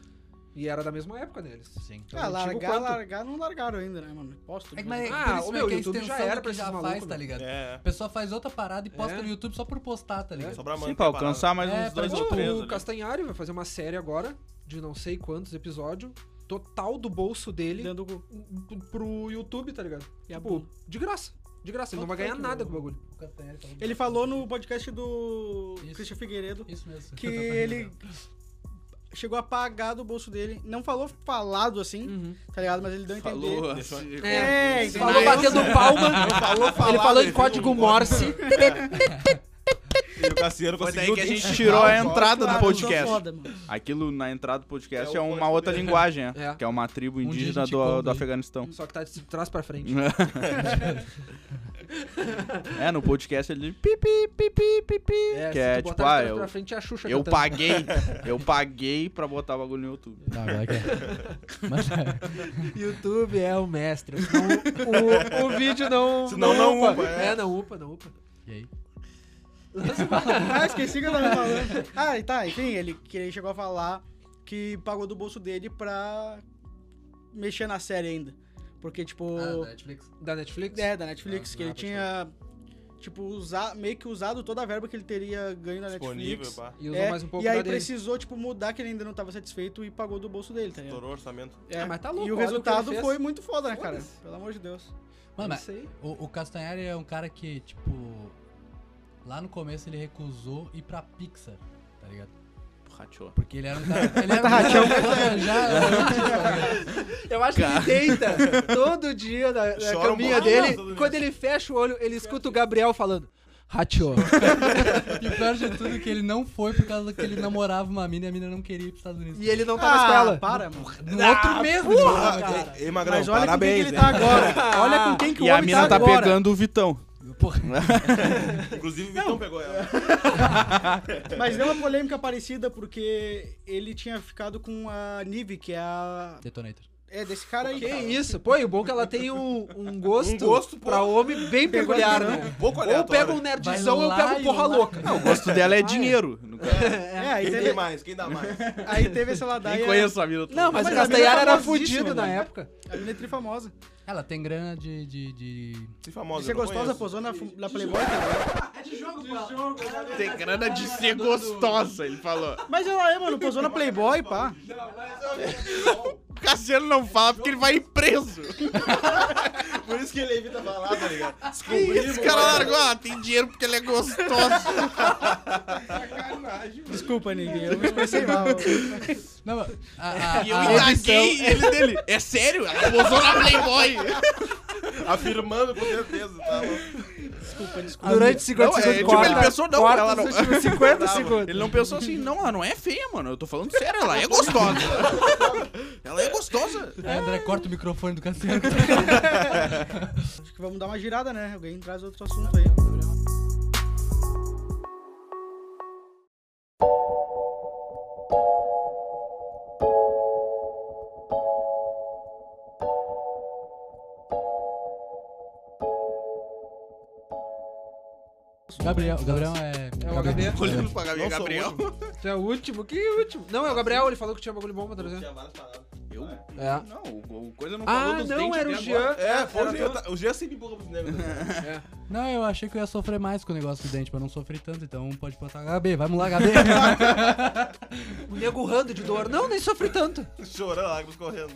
Speaker 2: E era da mesma época deles.
Speaker 1: Sim.
Speaker 2: Então,
Speaker 4: Ah,
Speaker 2: antigo
Speaker 4: largar,
Speaker 2: quanto?
Speaker 4: largar, não largaram ainda, né, mano? Posto.
Speaker 1: É
Speaker 4: de
Speaker 1: que, mas,
Speaker 4: vez
Speaker 1: é
Speaker 4: em
Speaker 1: que
Speaker 4: quando.
Speaker 1: por
Speaker 2: Ah,
Speaker 1: isso mesmo
Speaker 2: o meu
Speaker 1: que a
Speaker 2: YouTube já
Speaker 1: extensão do
Speaker 2: era
Speaker 1: que
Speaker 2: pra esses
Speaker 1: já
Speaker 2: malucos,
Speaker 1: faz, tá
Speaker 2: né?
Speaker 1: ligado?
Speaker 5: É.
Speaker 1: A pessoa faz outra parada e posta
Speaker 2: É.
Speaker 1: no YouTube só por postar, tá ligado?
Speaker 4: É.
Speaker 5: Só pra manter
Speaker 3: Sim, pra
Speaker 5: a parada.
Speaker 3: alcançar mais
Speaker 1: É,
Speaker 3: uns
Speaker 1: pra
Speaker 3: dois
Speaker 1: gente-
Speaker 3: ou
Speaker 2: Pô,
Speaker 3: três
Speaker 2: o
Speaker 3: ali.
Speaker 2: Castanhari vai fazer uma série agora de não sei quantos episódios total do bolso dele
Speaker 4: Dentro do cu.
Speaker 2: pro- pro YouTube, tá ligado?
Speaker 4: E a
Speaker 2: tipo,
Speaker 4: bunda.
Speaker 2: de graça. De graça, ele não vai
Speaker 4: Quanto foi
Speaker 2: ganhar
Speaker 4: que
Speaker 2: nada
Speaker 4: o-
Speaker 2: com o bagulho.
Speaker 1: O Castanheira falou-
Speaker 4: Ele falou no podcast do
Speaker 1: Isso.
Speaker 4: Christian Figueiredo
Speaker 1: Isso mesmo. Tá
Speaker 4: que
Speaker 1: Eu tava
Speaker 4: ele
Speaker 1: lembrando.
Speaker 4: chegou a pagar do bolso dele. Não falou falado assim,
Speaker 1: Uhum.
Speaker 4: tá ligado? Mas ele deu a entender.
Speaker 3: Falou.
Speaker 5: Deixou-
Speaker 3: assim,
Speaker 4: É,
Speaker 2: Ele
Speaker 4: entendeu?
Speaker 2: falou batendo palma, ele falou em
Speaker 5: ele
Speaker 2: código
Speaker 5: falou
Speaker 2: Morse.
Speaker 5: E o Cassiano
Speaker 3: Foi daí
Speaker 5: conseguiu
Speaker 3: que a gente
Speaker 5: identificar
Speaker 3: tirou a
Speaker 5: o voto.
Speaker 3: entrada
Speaker 4: Cara,
Speaker 3: do
Speaker 4: eu
Speaker 3: podcast.
Speaker 4: sou foda, mano.
Speaker 3: Aquilo na entrada do podcast
Speaker 5: É
Speaker 3: é,
Speaker 5: o
Speaker 3: uma
Speaker 5: código
Speaker 3: outra
Speaker 5: mesmo.
Speaker 3: linguagem,
Speaker 2: É.
Speaker 3: é. que é uma tribo
Speaker 1: dia a
Speaker 3: indígena
Speaker 1: gente
Speaker 3: do,
Speaker 1: conta
Speaker 3: do
Speaker 1: aí.
Speaker 3: Afeganistão.
Speaker 2: Só que tá de trás pra frente.
Speaker 3: é, no podcast ele pipi, pipi, pipi. que
Speaker 2: se
Speaker 3: é
Speaker 2: tu botar de
Speaker 3: tipo, ah,
Speaker 2: trás
Speaker 3: eu,
Speaker 2: pra frente é a Xuxa
Speaker 3: eu
Speaker 2: cantando.
Speaker 3: paguei, eu paguei pra botar o bagulho no YouTube.
Speaker 1: Tá, agora que é. Mas,
Speaker 2: YouTube é o mestre. Não- o, o vídeo não.
Speaker 5: Senão não upa,
Speaker 2: É.
Speaker 5: é.
Speaker 2: não upa, não upa.
Speaker 1: e aí?
Speaker 4: Ah, esqueci que eu tava falando. Ah, e tá, enfim, ele, que ele chegou a falar que pagou do bolso dele pra mexer na série ainda. Porque, tipo.
Speaker 1: Ah, da Netflix.
Speaker 2: Da Netflix?
Speaker 4: É, da Netflix,
Speaker 1: Ah,
Speaker 4: que ele
Speaker 1: ah, pode
Speaker 4: tinha, tipo, usar, meio que usado toda a verba que ele teria ganho da
Speaker 5: Disponível,
Speaker 4: Netflix.
Speaker 5: pá.
Speaker 2: E usou
Speaker 4: É,
Speaker 2: mais um pouco
Speaker 4: e aí
Speaker 2: da dele.
Speaker 4: precisou, tipo, mudar que ele ainda não tava satisfeito e pagou do bolso dele, tá ligado?
Speaker 5: Estourou o orçamento.
Speaker 4: É.
Speaker 2: Ah, mas tá louco,
Speaker 4: e o
Speaker 2: olha o que
Speaker 4: resultado
Speaker 2: ele fez.
Speaker 4: foi muito foda, né, cara?
Speaker 2: Foda-se.
Speaker 4: Pelo amor de Deus.
Speaker 1: Mano,
Speaker 2: Isso aí.
Speaker 1: O, o Castanhari é um cara que, tipo, lá no começo ele recusou ir pra Pixar, tá ligado?
Speaker 3: Rachou.
Speaker 1: Porque ele era um cara. Ele era um cara já,
Speaker 2: Eu acho que ele deita todo dia na, na
Speaker 5: Chora um
Speaker 2: caminha
Speaker 5: pouquinho,
Speaker 2: dele.
Speaker 5: todo dia.
Speaker 2: Quando ele fecha o olho, ele escuta o Gabriel falando. Hatio.
Speaker 1: E pior de tudo é que ele não foi por causa que ele namorava uma mina e a mina não queria ir pros Estados Unidos.
Speaker 2: E ele não tá mais com ela.
Speaker 4: para, mano.
Speaker 1: No outro né? mês,
Speaker 5: Ah,
Speaker 1: porra, cara.
Speaker 5: ei, ei, Magrão,
Speaker 4: Mas olha
Speaker 5: parabéns,
Speaker 4: com quem que ele
Speaker 5: né?
Speaker 4: tá agora. Olha com quem que
Speaker 3: E
Speaker 4: o
Speaker 3: a
Speaker 4: homem tá,
Speaker 3: mina tá
Speaker 4: agora.
Speaker 3: pegando o Vitão.
Speaker 1: Porra.
Speaker 2: Né?
Speaker 5: Inclusive, o Vitão pegou ela.
Speaker 4: Mas deu uma polêmica parecida porque ele tinha ficado com a Nive, que é a...
Speaker 1: Detonator.
Speaker 4: É desse cara aí.
Speaker 2: Que isso? Pô, e o bom é que ela tem um, um gosto,
Speaker 5: Um gosto, pô.
Speaker 2: pra homem bem peculiar,
Speaker 4: não.
Speaker 2: né?
Speaker 5: Um pouco
Speaker 2: Ou
Speaker 5: aleatório.
Speaker 2: pega um nerdzão
Speaker 1: Vai
Speaker 2: ou
Speaker 1: lá
Speaker 2: pega um
Speaker 1: e
Speaker 2: porra
Speaker 1: lá.
Speaker 2: louca.
Speaker 3: O gosto dela é dinheiro. no caso.
Speaker 4: É, aí
Speaker 5: Quem tem
Speaker 4: teve,
Speaker 5: mais? Quem dá mais?
Speaker 4: aí teve essa ladaia.
Speaker 3: Nem conheço a mina. toda.
Speaker 2: Não, mas,
Speaker 4: Mas
Speaker 2: o
Speaker 4: a
Speaker 2: Castanhar
Speaker 4: mina é
Speaker 2: era
Speaker 4: famosíssima,
Speaker 2: fudido na
Speaker 4: né?
Speaker 2: época.
Speaker 4: A mina é trifamosa.
Speaker 1: Ela tem grana de. de, de...
Speaker 5: Se famosa,
Speaker 4: Você é
Speaker 5: eu não
Speaker 4: gostosa
Speaker 5: conheço.
Speaker 4: posou na, na Playboy, tá ligado?
Speaker 3: Tem grana de ser gostosa, ele falou.
Speaker 4: Mas ela é, mano, posou na Playboy, pá.
Speaker 3: O Cassiano não fala porque ele vai preso.
Speaker 5: Por isso que ele evita falar, tá ligado?
Speaker 3: Esse cara largou, ah, tem dinheiro porque ele é gostoso.
Speaker 4: Desculpa, ninguém. Eu me expressei mal.
Speaker 1: Não, a, a,
Speaker 3: E eu
Speaker 1: a
Speaker 3: indaguei ele dele. É sério? Ela posou na Playboy.
Speaker 5: Afirmando com certeza, tá louco?
Speaker 4: Desculpa, desculpa.
Speaker 2: Durante 50
Speaker 3: Não, é,
Speaker 2: segundos.
Speaker 3: tipo,
Speaker 2: corta,
Speaker 3: ele pensou, não,
Speaker 2: corta
Speaker 3: ela
Speaker 2: os
Speaker 3: não.
Speaker 2: últimos 50 segundos.
Speaker 3: Ele não pensou assim, não, ela não é feia, mano. Eu tô falando sério, ela é gostosa. Ela é gostosa.
Speaker 1: Aí, André, corta o microfone do Cassiano.
Speaker 4: Acho que vamos dar uma girada, né? Alguém traz outro assunto aí.
Speaker 1: Gabriel, Gabriel é.
Speaker 2: É o HB.
Speaker 3: Olhando pra Gabi,
Speaker 5: Não sou
Speaker 3: Gabriel.
Speaker 2: Tu é o último? Que último? Não, é o Gabriel, ele falou que tinha bagulho bom pra trazer.
Speaker 3: Eu?
Speaker 2: É.
Speaker 3: Não, o, o coisa não falou
Speaker 2: Ah,
Speaker 3: dos
Speaker 2: não,
Speaker 3: dentes
Speaker 2: era o
Speaker 3: até agora.
Speaker 2: Jean.
Speaker 5: É, foi o Jean. tá- O Jean sempre empurra pros negros. né?
Speaker 1: Não, eu achei que eu ia sofrer mais com o negócio do dente, mas não sofri tanto, então pode botar HB, vamos lá, HB.
Speaker 2: O nego urrando de dor. Não, nem sofri tanto.
Speaker 5: Chorando, lágrimas correndo.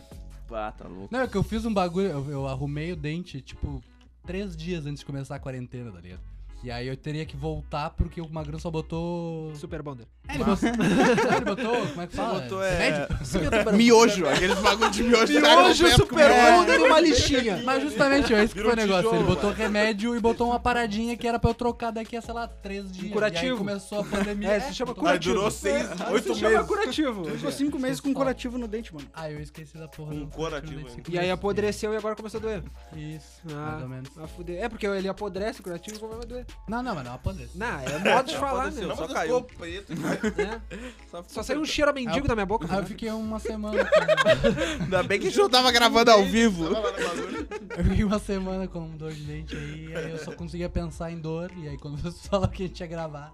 Speaker 3: Ah, tá louco.
Speaker 1: Não, é que eu fiz um bagulho, eu, eu arrumei o dente, tipo, três dias antes de começar a quarentena, tá ligado? E aí eu teria que voltar porque o Magrão só botou.
Speaker 2: Super Bonder.
Speaker 1: É, ele botou. Não, ele botou. Como é que fala?
Speaker 3: botou, é-
Speaker 1: Remédio?
Speaker 3: Miojo, aqueles bagulho de miojo.
Speaker 2: Miojo, Super
Speaker 1: é.
Speaker 2: Bonder e uma lixinha.
Speaker 1: Mas justamente é esse que
Speaker 5: Virou
Speaker 1: foi o negócio. Ele
Speaker 5: tijolo,
Speaker 1: botou remédio e botou uma paradinha que era pra eu trocar daqui a, sei lá, três dias. E
Speaker 2: curativo.
Speaker 1: aí começou a pandemia.
Speaker 2: É, se chama
Speaker 5: Aí
Speaker 2: curativo. É,
Speaker 5: durou seis, oito
Speaker 2: Se chama
Speaker 5: meses.
Speaker 2: curativo.
Speaker 4: Ficou cinco meses com um curativo no dente, mano.
Speaker 1: Ah, eu esqueci da porra.
Speaker 5: Um
Speaker 1: do-
Speaker 5: curativo,
Speaker 1: do-
Speaker 5: hein?
Speaker 2: E aí apodreceu e agora começou a doer.
Speaker 1: Isso,
Speaker 2: Ah,
Speaker 1: é. mais ou menos.
Speaker 2: ah, fuder. É porque ele apodrece o curativo e começa a doer.
Speaker 1: Não, não, mas não apodrece.
Speaker 2: Não, é modo de falar, meu.
Speaker 5: Não,
Speaker 3: Só
Speaker 5: mas eu
Speaker 3: caiu.
Speaker 5: sou preto.
Speaker 2: né?
Speaker 3: Só,
Speaker 2: Só saiu um cheiro a mendigo da minha boca.
Speaker 1: Aí Ah, eu fiquei uma semana. com-
Speaker 3: Ainda bem que a gente não tava gravando ao vivo.
Speaker 1: Eu fiquei uma semana com dor de dente aí, aí eu só conseguia pensar em dor. E aí quando você falou que a gente ia gravar,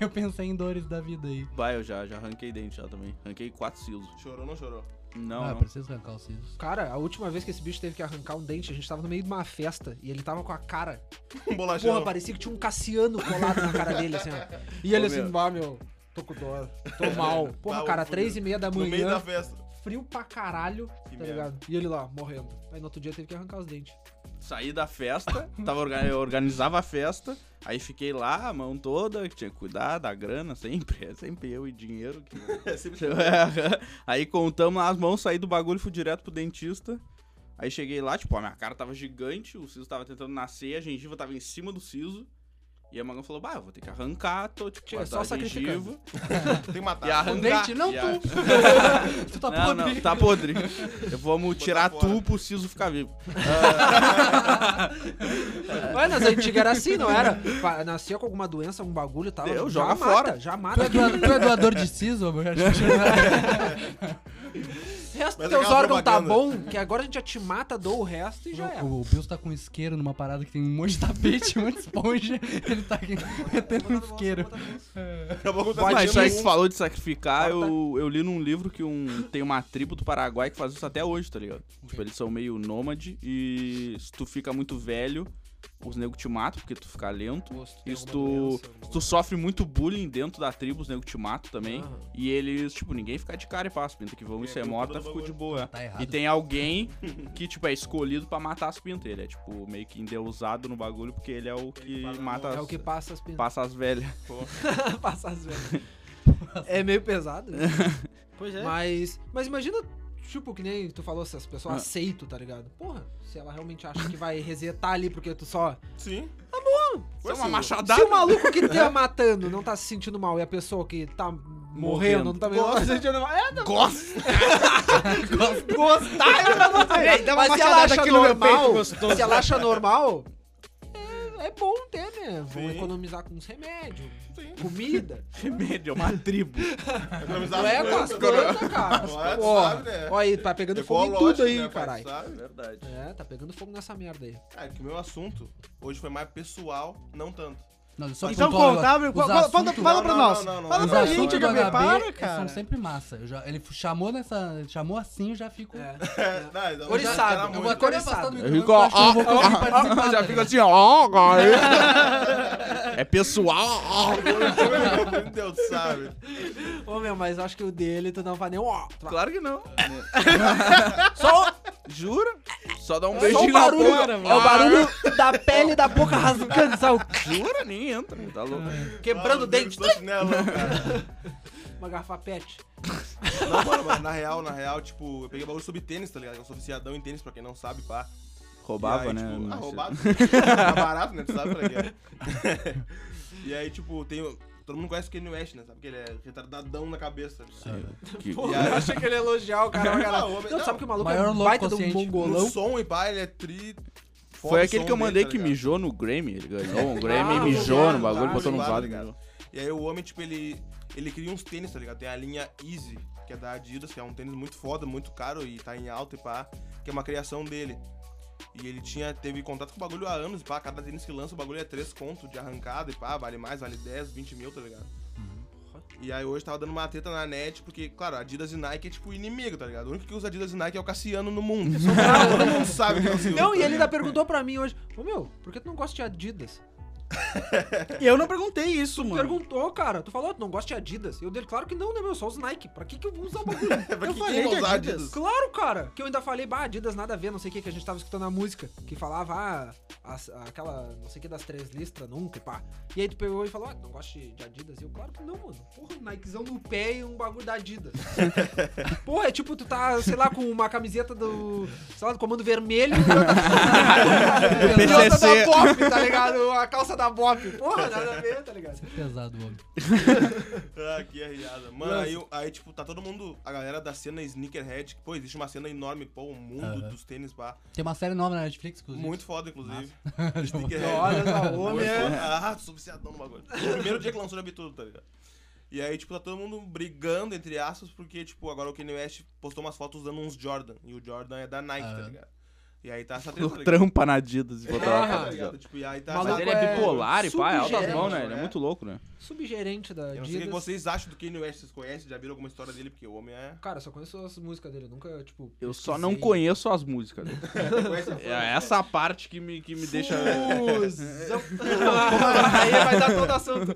Speaker 1: eu pensei em dores da vida aí.
Speaker 3: Vai, eu já, já arranquei dente já também. Arranquei quatro silos.
Speaker 5: Chorou ou não chorou?
Speaker 3: Não,
Speaker 1: ah, eu
Speaker 3: não.
Speaker 1: preciso arrancar os cílios.
Speaker 2: Cara, a última vez que esse bicho teve que arrancar um dente, a gente tava no meio de uma festa e ele tava com a cara.
Speaker 5: Um bolachão.
Speaker 2: Porra, parecia que tinha um Cassiano colado na cara dele, assim, ó. E ele
Speaker 3: Ô,
Speaker 2: assim,
Speaker 3: meu.
Speaker 2: bah, meu, tô com dor, tô mal. Porra,
Speaker 5: Bah,
Speaker 2: cara,
Speaker 5: ô,
Speaker 2: três e meia da
Speaker 5: Tá No meio da
Speaker 2: manhã,
Speaker 5: festa.
Speaker 2: frio pra caralho,
Speaker 5: Que
Speaker 2: tá
Speaker 5: merda.
Speaker 2: ligado? E ele lá, morrendo. Aí no outro dia teve que arrancar os dentes.
Speaker 3: Saí da festa, tava, orga- eu organizava a festa, aí fiquei lá, a mão toda, tinha que cuidar da grana, sempre, é sempre eu e dinheiro. que- aí contamos lá as mãos, saí do bagulho, fui direto pro dentista. Aí cheguei lá, tipo, a minha cara tava gigante, o siso tava tentando nascer, a gengiva tava em cima do siso. E a Magan falou, bah, eu vou ter que arrancar, tô, tipo,
Speaker 2: Tio, é
Speaker 3: a
Speaker 2: só
Speaker 3: da
Speaker 2: sacrificando.
Speaker 3: gengiva.
Speaker 5: Tem que
Speaker 3: E
Speaker 5: matar.
Speaker 1: O
Speaker 3: arrancar.
Speaker 1: Tá. dente, não
Speaker 3: e
Speaker 1: tu. tu tá
Speaker 3: não,
Speaker 1: podre.
Speaker 3: não, tá podre. Eu vamos tirar
Speaker 5: fora.
Speaker 3: tu pro siso ficar vivo.
Speaker 5: É.
Speaker 2: Ué, nas antigas era assim, não era? Pa- Nascia com alguma doença, algum bagulho e tal.
Speaker 3: Deu,
Speaker 2: já
Speaker 3: joga
Speaker 2: mata,
Speaker 3: fora.
Speaker 2: Já
Speaker 1: Tu
Speaker 2: mata.
Speaker 1: é, doador, tu é doador de siso, Roberto?
Speaker 2: O resto dos
Speaker 5: Mas
Speaker 2: teus
Speaker 5: aquela
Speaker 2: órgãos tá
Speaker 5: propaganda.
Speaker 2: bom, que agora a gente já te mata, doa o resto e já é.
Speaker 1: O, o Bills tá com um isqueiro numa parada que tem um monte de tapete, um monte de esponja. Ele tá aqui metendo no isqueiro.
Speaker 2: Então
Speaker 5: Acabou com
Speaker 3: Mas isso aí que
Speaker 5: o
Speaker 3: tu falou de sacrificar,
Speaker 2: Bota.
Speaker 3: eu, eu li num livro que um, tem uma tribo do Paraguai que faz isso até hoje, tá ligado? Tipo, eles são meio nômade e se tu fica muito velho, os negros te matam porque tu fica lento. E se tu, se tu sofre muito bullying dentro da tribo, os negros te matam também.
Speaker 2: Aham.
Speaker 3: E eles, tipo, ninguém fica de cara e passa. Pinta que vão e
Speaker 5: É,
Speaker 3: ser
Speaker 5: tem
Speaker 3: morta,
Speaker 5: todo
Speaker 3: ficou de
Speaker 5: bagulho.
Speaker 3: boa.
Speaker 1: Tá errado.
Speaker 3: E tem alguém que, tipo, é escolhido pra matar as pintas. Ele é, tipo, meio que endeusado no bagulho porque ele é o que
Speaker 5: fala,
Speaker 3: mata as,
Speaker 2: É o que passa as pintas.
Speaker 3: passa as velhas.
Speaker 2: Passa as velhas. É meio pesado, né?
Speaker 4: Pois é.
Speaker 2: Mas, mas imagina, tipo, que nem tu falou, se as pessoas
Speaker 3: Ah.
Speaker 2: aceitam, tá ligado? Porra, se ela realmente acha que vai resetar ali porque tu só.
Speaker 5: Sim.
Speaker 3: Isso é
Speaker 5: Silvio.
Speaker 3: uma machadada.
Speaker 2: Se o maluco que tá matando não tá se sentindo mal e a pessoa que tá morrendo, não tá, não tá se sentindo mal. É, não.
Speaker 3: Gosta.
Speaker 2: Gostar, eu já não sei.
Speaker 4: dá uma
Speaker 2: Mas se ela
Speaker 4: machadada
Speaker 2: acha
Speaker 4: aqui no meu
Speaker 2: normal,
Speaker 4: peito, gostoso.
Speaker 2: se ela acha normal, é, é bom ter, né? Vão
Speaker 5: Sim.
Speaker 2: economizar com uns remédios,
Speaker 5: Sim.
Speaker 2: comida.
Speaker 3: Remédio, é uma tribo.
Speaker 5: Economizar
Speaker 2: Não é com as
Speaker 5: coisas,
Speaker 2: coisas, cara.
Speaker 5: Claro,
Speaker 2: Ó,
Speaker 5: sabe, né?
Speaker 2: ó aí, tá pegando fogo em
Speaker 5: Ecológico,
Speaker 2: tudo aí,
Speaker 5: né, pai?
Speaker 2: caralho.
Speaker 5: Sabe?
Speaker 3: Verdade.
Speaker 2: É, tá pegando fogo nessa merda aí.
Speaker 5: Cara, que o meu assunto hoje foi mais pessoal, não tanto.
Speaker 1: Não, só
Speaker 4: Então
Speaker 1: pontuar um
Speaker 4: conta,
Speaker 1: negócio.
Speaker 4: abre,
Speaker 1: Os
Speaker 4: qual- qual- fala,
Speaker 1: assuntos-
Speaker 4: fala pra
Speaker 5: Não, não,
Speaker 4: nós.
Speaker 5: não, não,
Speaker 4: fala
Speaker 5: não,
Speaker 4: pra
Speaker 5: não,
Speaker 4: gente,
Speaker 5: não,
Speaker 1: do
Speaker 4: Gabriel,
Speaker 1: HB
Speaker 4: para,
Speaker 1: São
Speaker 4: cara.
Speaker 1: sempre massa. Eu já- ele chamou nessa. Chamou assim, eu já fico.
Speaker 5: É, não, eu-
Speaker 2: Hoje
Speaker 5: eu-
Speaker 2: sabe,
Speaker 5: era
Speaker 2: eu
Speaker 5: muito.
Speaker 2: vou
Speaker 1: Uma coisa
Speaker 2: Interessado.
Speaker 1: afastada do
Speaker 3: Eu
Speaker 1: microfone, eu acho
Speaker 3: fico, ó,
Speaker 1: que eu vou
Speaker 3: ó,
Speaker 1: conseguir
Speaker 3: ó,
Speaker 1: participar,
Speaker 3: já
Speaker 1: tá
Speaker 3: fica
Speaker 1: ligado?
Speaker 3: assim, ó, agora. É pessoal. ó.
Speaker 5: Meu Deus, sabe?
Speaker 2: Ô meu, mas acho que o dele tu não vai nem. um Ó, tu vai-
Speaker 3: Claro que não. Só, jura? Só dá um
Speaker 2: Só
Speaker 3: beijinho
Speaker 2: o
Speaker 3: na
Speaker 2: barulho,
Speaker 3: boca.
Speaker 2: é o barulho da pele da boca rasgando, sabe?
Speaker 3: Jura? Nem entra, tá louco.
Speaker 2: Quebrando o
Speaker 5: Ah,
Speaker 2: dente.
Speaker 5: meu chinelo, cara.
Speaker 2: Uma garrafa pet.
Speaker 5: Não, mano, mas na real, na real, tipo, eu peguei bagulho sobre tênis, tá ligado? Eu sou viciadão em tênis, pra quem não sabe, pá. E
Speaker 3: Roubava,
Speaker 5: aí,
Speaker 3: né?
Speaker 5: Tipo, ah,
Speaker 3: Não sei.
Speaker 5: roubado. tá barato, né? Tu sabe pra quê? e aí, tipo, tem. o- Todo mundo conhece o Kanye West, né? Sabe que ele é retardadão na cabeça. né?
Speaker 3: Que-
Speaker 2: Pô,
Speaker 5: E aí-
Speaker 2: eu achei que ele ia elogiar o cara. mas cara
Speaker 5: Não, homem-
Speaker 2: não,
Speaker 5: não.
Speaker 2: sabe que o maluco
Speaker 1: Maior
Speaker 2: é um
Speaker 1: louco
Speaker 2: baita de um
Speaker 1: consciente.
Speaker 5: No
Speaker 2: mongolão.
Speaker 5: som e pá, ele é tri.
Speaker 3: Foi aquele que eu
Speaker 5: tá
Speaker 3: mandei que mijou no Grammy. Ele ganhou um Grammy e
Speaker 2: Ah,
Speaker 3: mijou no
Speaker 2: roubado,
Speaker 3: bagulho, botou no
Speaker 5: roubado,
Speaker 3: vaso.
Speaker 5: cara. E aí o homem, tipo, ele. Ele cria uns tênis, tá ligado? Tem a linha Easy, que é da Adidas, que é um tênis muito foda, muito caro e tá em alta e pá, que é uma criação dele. E ele tinha, teve contato com o bagulho há anos, pá, cada tênis que lança o bagulho é 3 conto de arrancada e pá, vale mais, vale 10, 20 mil, tá ligado? E aí hoje tava dando uma treta na net, porque, claro, Adidas e Nike é tipo inimigo, tá ligado? O único que usa Adidas e Nike é o Cassiano no mundo. Todo mundo sabe que é o Cassiano.
Speaker 2: Não, e
Speaker 5: tá
Speaker 2: ele
Speaker 5: ligado?
Speaker 2: ainda perguntou pra mim hoje: Ô meu, por que tu não gosta de Adidas?
Speaker 4: Eu não perguntei isso,
Speaker 2: Tu
Speaker 4: mano.
Speaker 2: perguntou, cara. Tu falou, tu não gosta de Adidas? Eu dele, claro que não, né, meu? Só os Nike. Pra que que eu vou usar o bagulho?
Speaker 5: Pra
Speaker 2: eu
Speaker 5: que
Speaker 2: falei
Speaker 5: que
Speaker 2: de
Speaker 5: eu vou usar
Speaker 2: Adidas.
Speaker 5: Adidas?
Speaker 2: Claro, cara. Que eu ainda falei, bah, Adidas nada a ver, não sei o que, que a gente tava escutando a música. Que falava, ah, as- aquela, não sei o que, das três listras, nunca, e pá. E aí tu pegou e falou, ah, tu não gosta de Adidas? E eu, claro que não, mano. Porra, um Nikezão no pé e um bagulho da Adidas. Porra, é tipo, tu tá, sei lá, com uma camiseta do, sei lá, do comando vermelho. e outra- e outra
Speaker 3: PCC.
Speaker 2: da Bop, é tá ligado? A calça da Bop. Porra, nada a ver, tá ligado?
Speaker 1: Pesado, homem.
Speaker 5: Ah, que arriada. Mano, aí, eu- aí, tipo, tá todo mundo. A galera da cena sneakerhead, que, pô, existe uma cena enorme, pô, o mundo
Speaker 1: Aham.
Speaker 5: dos tênis, pá.
Speaker 1: Tem uma série nova na Netflix, inclusive.
Speaker 5: Muito foda, inclusive.
Speaker 1: Já vou-
Speaker 5: Sneakerhead.
Speaker 2: Olha só, o
Speaker 5: Muito
Speaker 2: homem é...
Speaker 5: foda. Ah, sou viciadão no bagulho. O primeiro dia que lançou, eu vi tudo, tá ligado? E aí, tipo, tá todo mundo brigando, entre aspas, porque, tipo, agora o Kanye West postou umas fotos usando uns Jordan. E o Jordan é da Nike, tá
Speaker 1: Aham.
Speaker 5: ligado? E aí tá essa treta, tá
Speaker 3: Colocou
Speaker 5: ligado?
Speaker 3: Trampa na Adidas e botava a
Speaker 5: Tá
Speaker 3: foto
Speaker 5: ligado?
Speaker 3: dela.
Speaker 5: Tipo, e aí tá
Speaker 2: Maluco
Speaker 3: Mas
Speaker 5: essa
Speaker 3: ele é
Speaker 2: é
Speaker 3: bipolar e pá, Ah, é altas
Speaker 2: subgerente,
Speaker 3: mãos, né? Ele é
Speaker 5: né?
Speaker 3: muito louco, né?
Speaker 2: Subgerente da
Speaker 5: Eu não sei o que
Speaker 2: Adidas.
Speaker 5: vocês acham do Kanye West, vocês conhecem, já viram alguma história dele, porque o homem é...
Speaker 2: Cara, eu só conheço as músicas dele, eu nunca, tipo.
Speaker 3: Eu só não
Speaker 2: pesquisei.
Speaker 3: conheço as músicas. Né?
Speaker 5: Conhece a
Speaker 3: É essa parte que me, que me deixa.
Speaker 5: Aí vai dar todo assunto.